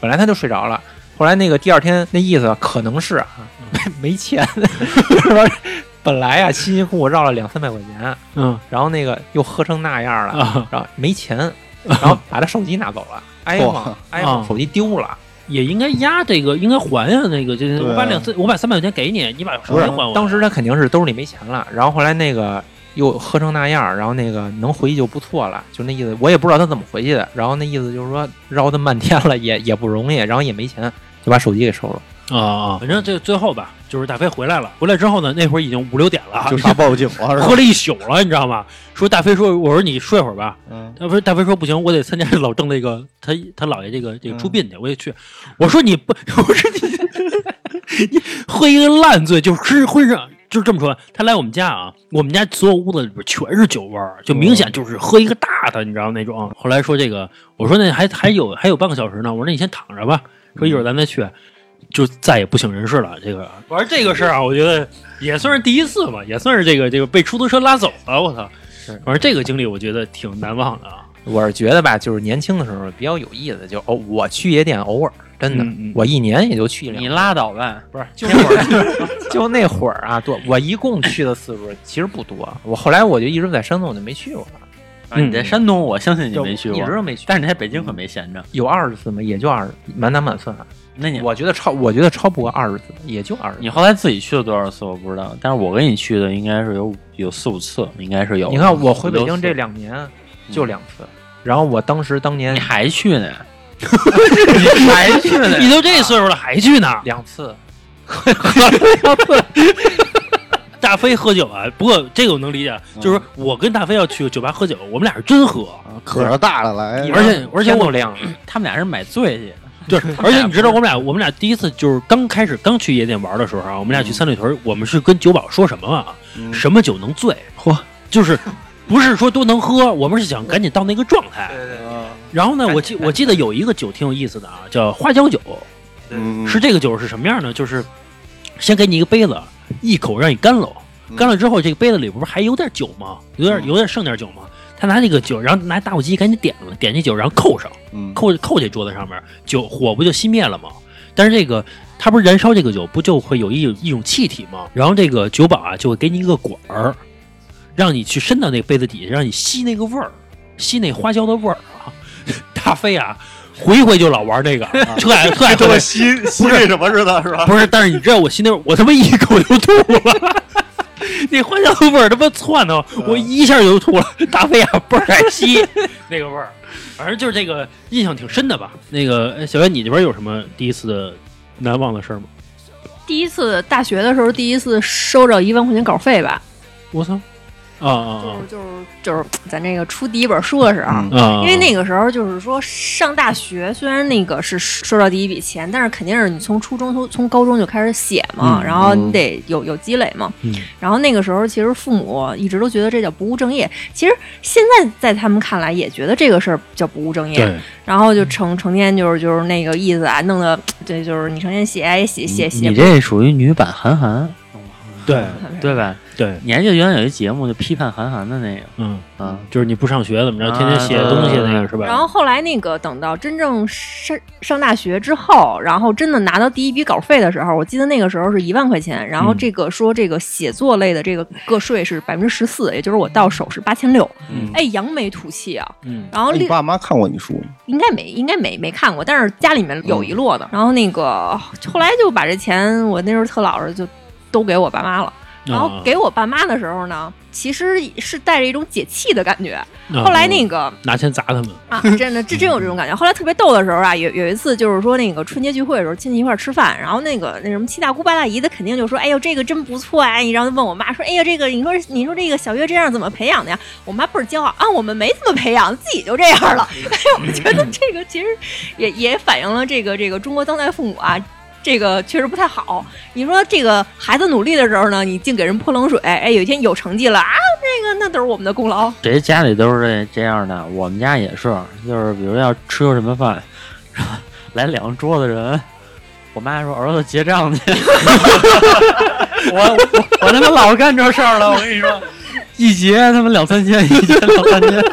本来他就睡着了。后来那个第二天那意思可能是啊，没没钱，就是说本来啊辛辛苦苦绕了两三百块钱，
嗯
然后那个又喝成那样了，
啊，
然后没钱， 然后把他手机拿走了，iPhone
哎
iPhone 手机丢了，
也应该压这个，应该还呀、那个就是
对啊
我把两三我把三百块钱给你，你把手
不
机
是
还
哦
我。
当时他肯定是兜里没钱了，然后后来那个又喝成那样，然后那个能回去就不错了，就那意思，我也不知道他怎么回去的，然后那意思就是说绕他漫天了也也不容易，然后也没钱，就把手机给收了。
啊啊！反正这最后吧，就是大飞回来了。回来之后呢，那会儿已经五六点了，
就差报警了，是吧
喝了一宿了，你知道吗？说大飞说，我说你睡会儿吧。
嗯
他说大飞说不行，我得参加老郑那个他他姥爷这个这个出殡去，我得去。我说你不， 我说你你 喝一个烂醉，就是浑身就这么说。他来我们家啊，我们家所有屋子里边全是酒味儿，就明显就是喝一个大的，你知道那种。后来说这个，我说那还还有还有半个小时呢，我说那你先躺着吧，说一会儿咱再去。就再也不省人事了。这个嗯玩这个事儿啊，我觉得也算是第一次吧，也算是这个这个被出租车拉走了。我操！反正这个经历我觉得挺难忘的啊。
我是觉得吧，就是年轻的时候比较有意思，就哦，我去夜店偶尔真的，
嗯嗯
我一年也就去一两
你
回。
拉倒吧。
不是，就那会儿，就那会儿啊，对，我一共去的次数其实不多。我后来我就一直在山东，我就没去过了，
啊，你在山东，我相信你
就
没去
一
过，
直都没去。
但是你在北京可没闲着。
有二十次吗？也就二十，满打满算。
那你
我觉得超，我觉得超不过二十次，也就二十。
哎你后来自己去了多少次我不知道，但是我跟你去的应该是有有四五次，应该是有。
你看我回北
有嗯
京
四
这，两年就两次，然后我当时 当年
你还去呢？你还去 呢？
你都
啊
这岁数了还去呢？
两次，
大飞喝酒 啊，不过这个我能理解，
嗯
就是说我跟大飞要去酒吧喝酒，我们俩是真 喝，
啊可着大了来，
而且而且
哎天
我
都亮了。
他们俩是买醉去的。
就是，而且你知道我们俩我们俩第一次就是刚开始刚去夜店玩的时候啊，我们俩去三里屯，我们是跟酒保说什么啊？
嗯
什么酒能醉？嚯，就是不是说多能喝，我们是想赶紧到那个状态。
对对
然后呢，我记我记得有一个酒挺有意思的啊，叫花椒酒，
嗯
是这个酒是什么样呢？就是先给你一个杯子，一口让你干搂，干了之后，这个杯子里不是还有点酒吗？有点有点剩点酒吗？他拿那个酒，然后拿打火机赶紧点了，点那酒，然后扣上，
嗯，
扣扣这桌子上面，酒火不就熄灭了吗？但是这个它不是燃烧这个酒，不就会有一一种气体吗？然后这个酒保啊就会给你一个管儿，让你去伸到那个杯子底下，让你吸那个味儿，吸那花椒的味儿啊。 大飞啊，回回就老玩这个，特爱特爱喝这个
吸吸那什么似的，是 吧？
不是，但是你知道我心里，我他妈一口就吐了。 那花椒味儿他妈窜的，我一下就吐了。大飞啊，倍儿爱吸 那个味儿，反正就是这个印象挺深的吧。那个哎小袁，你这边有什么第一次的难忘的事儿吗？
第一次大学的时候，第一次收着一万块钱稿费吧，
我操！啊啊
就是就是就是咱这个出第一本书的时候。
啊！啊
因为那个时候就是说上大学，虽然那个是收到第一笔钱，但是肯定是你从初中从从高中就开始写嘛，
嗯
然后你得有有积累嘛。
嗯
然后那个时候其实父母一直都觉得这叫不务正业，其实现在在他们看来也觉得这个事儿叫不务正业。
对，
然后就成成天就是就是那个意思啊，弄得对，就是你成天写啊也写写写
你，这属于女版韩寒，
对
对吧？
对，
你还记得原来有一节目就批判韩寒的那个
嗯，
啊，
就是你不上学怎么着，
啊
天天写东西那个是吧？
啊然后后来那个等到真正上上大学之后，然后真的拿到第一笔稿费的时候，我记得那个时候是一万块钱，然后这个说这个写作类的这个个税是百分之十四，也就是我到手是八千六，
嗯，
哎，扬眉吐气啊。
嗯
然后
哎你
另
爸妈看过你书吗？
应该没应该没没看过，但是家里面有一摞的。然后那个后来就把这钱，我那时候特老实，就都给我爸妈了。然
啊
后给我爸妈的时候呢，其实是带着一种解气的感觉。
啊
后来那个
拿钱砸他们，
啊，真的，这真有这种感觉。后来特别逗的时候啊，有有一次就是说那个春节聚会的时候，亲戚一块儿吃饭，然后那个那什么七大姑八大姨的肯定就说：“哎呦，这个真不错啊！”你然后就问我妈说：“哎呀，这个你说你说这个小月这样怎么培养的呀？”我妈倍儿骄傲啊，我们没怎么培养，自己就这样了。 哎呦，我觉得这个其实也也反映了这个这个中国当代父母啊。这个确实不太好。你说这个孩子努力的时候呢，你净给人泼冷水。哎，有一天有成绩了啊，那个那都是我们的功劳。
谁家里都是这这样的，我们家也是，就是比如要吃个什么饭，然后来两桌子人，我妈说儿子结账去， 我我我他妈老干这事儿了，我跟你说，一结他妈两三千，一结两三千，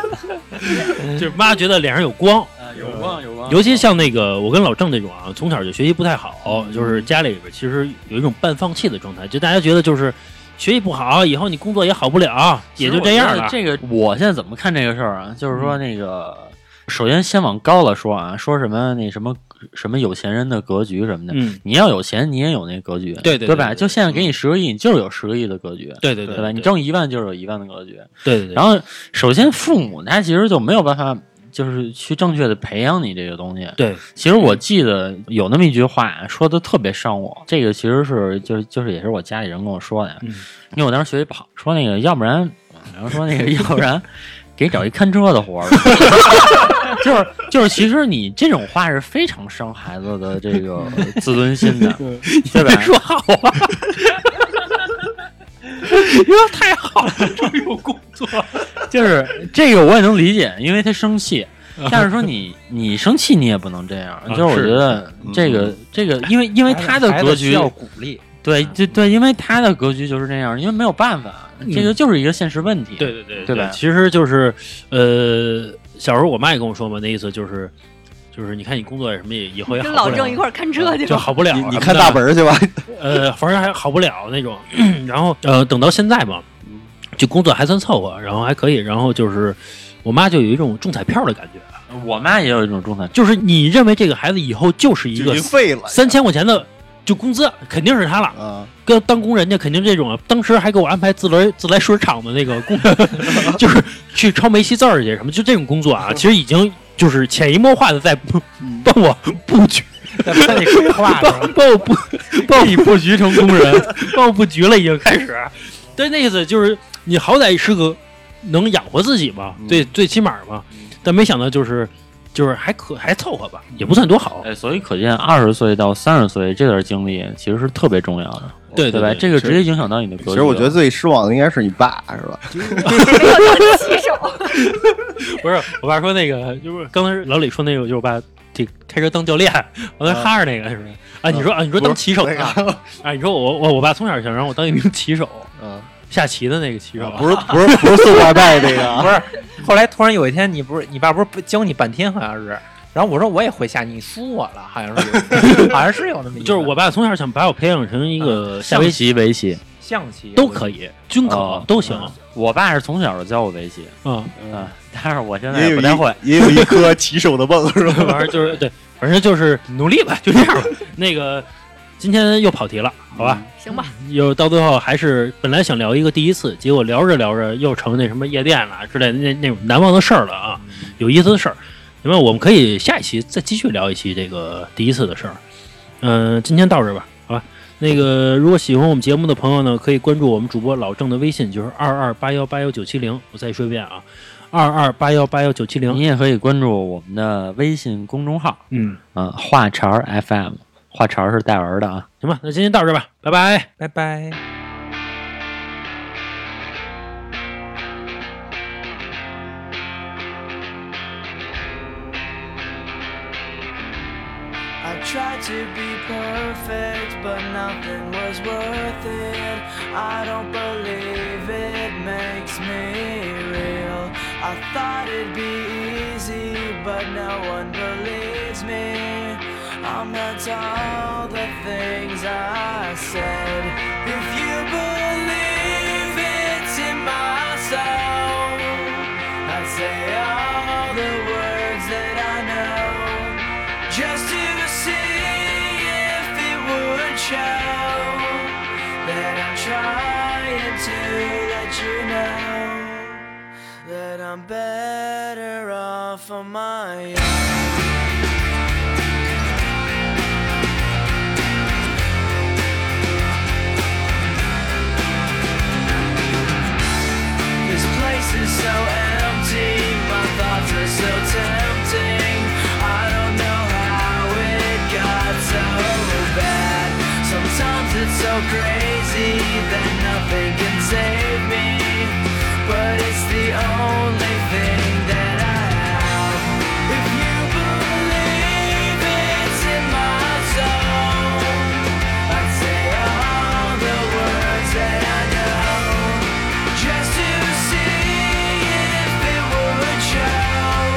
就是妈觉得脸上有光，
有光有光
尤其像那个我跟老郑这种啊，从小就学习不太好，就是家里边其实有一种半放弃的状态，就大家觉得就是学习不好，以后你工作也好不了，也就这样了。
这个我现在怎么看这个事儿啊？就是说那个，首先先往高了说啊，说什么那什么什么有钱人的格局什么的，
嗯，
你要有钱，你也有那格局，
对对对
对吧？
对对
就现在给你十个亿，你就是有十个亿的格局，
对对
对
对
吧？你挣一万就是有一万的格局。
对对对，
然
后
后，首先父母他其实就没有办法，就是去正确的培养你这个东西。
对
其实我记得有那么一句话说的特别伤我，这个其实是就是就是也是我家里人跟我说的，
嗯
因为我当时学习不好，说那个要不然，然后说那个 要不然给找一看车的活儿， 就是就是其实你这种话是非常伤孩子的这 个自尊心的，对吧？说好啊。 你说太好了，终于有工作。就是这个我也能理解，因为他生 气，但是说你你生气你也不能这样，就是我
啊是嗯
觉得这个这个，因为因为他的格局
需要鼓励，
对对对，因为他的格局就是这样，因为没有办法，这个就是一个现实问题。
嗯对对对
对吧
其实就是呃，小时候我妈也跟我说嘛，那意思就是就是你看你工作什么也以后也好
跟
不
老
了
郑一块儿看车去
嗯就
吧。
好不了
你你
什么
看
的
大本儿去吧，
呃，反正还好不了那种。 然后呃，等到现在嘛，就工作还算凑合，然后还可以。然后就是我妈就有一种中彩票的感觉，
我妈也有一种状态，
就是你认为这个孩子以后就是一
就
个
已经废了
三千块钱的。就工资肯定是他了，
啊，
跟当工人家肯定这种啊。当时还给我安排自来自来水厂的那个工， 就是去抄煤气字儿去什么，就这种工作 啊，其实已经就是潜移默化的在帮帮我布局
再帮你规划是吧
帮帮我布帮你布局成工人， 帮我布局了已经开始。但那意思就是你好歹是个能养活自己嘛，
嗯
最最起码嘛。但没想到就是就是还可还凑合吧，也不算多好。
哎，所以可见二十岁到三十岁这段经历其实是特别重要的，
对
对
对
吧？这个直接影响到你的格局。
其实我觉得最失望的应该是你爸，是吧？
没有让骑手。
不是我爸说那个，就是刚才老李说那个，就是我爸这开车当教练，我在哈着那个是不
哎
是？啊，你说啊，你说当骑手啊？啊，你说我我我爸从小想让我当一名骑手，
嗯，
下棋的那个棋手，
啊
不是不是不是送外卖那个
不
啊，
是，后来突然有一天，你不是你爸不是教你半天，好像是。然后我说我也会下，你输我了，好像是 有，好像是有那么一个，
就是我爸从小想把我培养成一
嗯
个下围棋
棋、围棋，
象棋
都可以，啊均可
哦
都行。
我爸是从小就教我围棋，
嗯，
嗯，但是我现在
也
也
有
哎不太会
一。也有一颗骑手的梦是吧？
这玩意儿就是对，反正就是努力吧，就这 样吧。那个今天又跑题了，好吧？
行吧，
有到最后还是本来想聊一个第一次，结果聊着聊着又成那什么夜店了之类的那那种难忘的事儿了啊，有意思的事儿。那么我们可以下一期再继续聊一期这个第一次的事儿。嗯、今天到这儿吧，好吧。那个如果喜欢我们节目的朋友呢，可以关注我们主播老郑的微信，就是二二八幺八幺九七零。我再说一遍啊，二二八幺八幺九七
您
零。
也可以关注我们的微信公众号，
嗯，
嗯，话茬儿 FM，话茬儿是带儿的啊。
行吧，那今天到这儿吧，拜拜。
拜拜。
I tried to be perfect, but nothing was worth it. I don't believe it makes me real. I thought it'd be easy, but no one believes me. I'm not all the things I said. If you believe it's in my soul, I'd say all the words that I know just to see if it would show that I'm trying to let you know that I'm better off on my own. This place is so empty, my thoughts are so tempting. I don't know how it got so bad. Sometimes it's so crazy that nothing can save me, but it's the only thing that I have. If you believe it's in my soul, I'd say all the words that I know. Just to see if it would show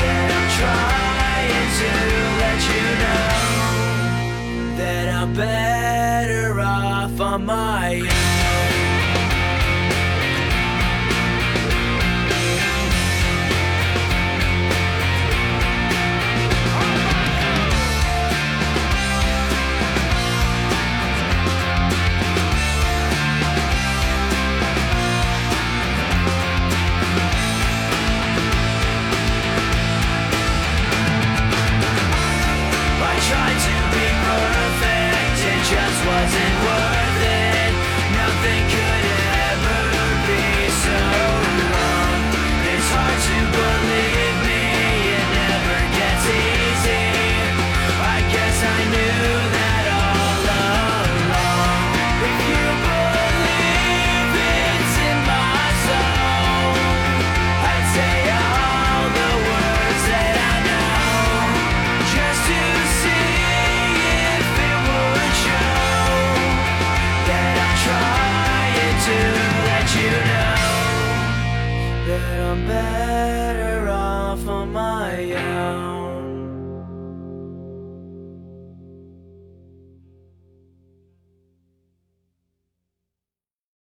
that I'm trying to let you know that I'm better off on my own. I tried to be perfect, it just wasn't worth it. Nothing could ever be so wrong. It's hard to believe me, it never gets easy. I guess I knew that all along. If you believe it's in my soul, I'd say all the words that I know. Just to see if it would show that I'm trying to let you know that I'm better off on my own.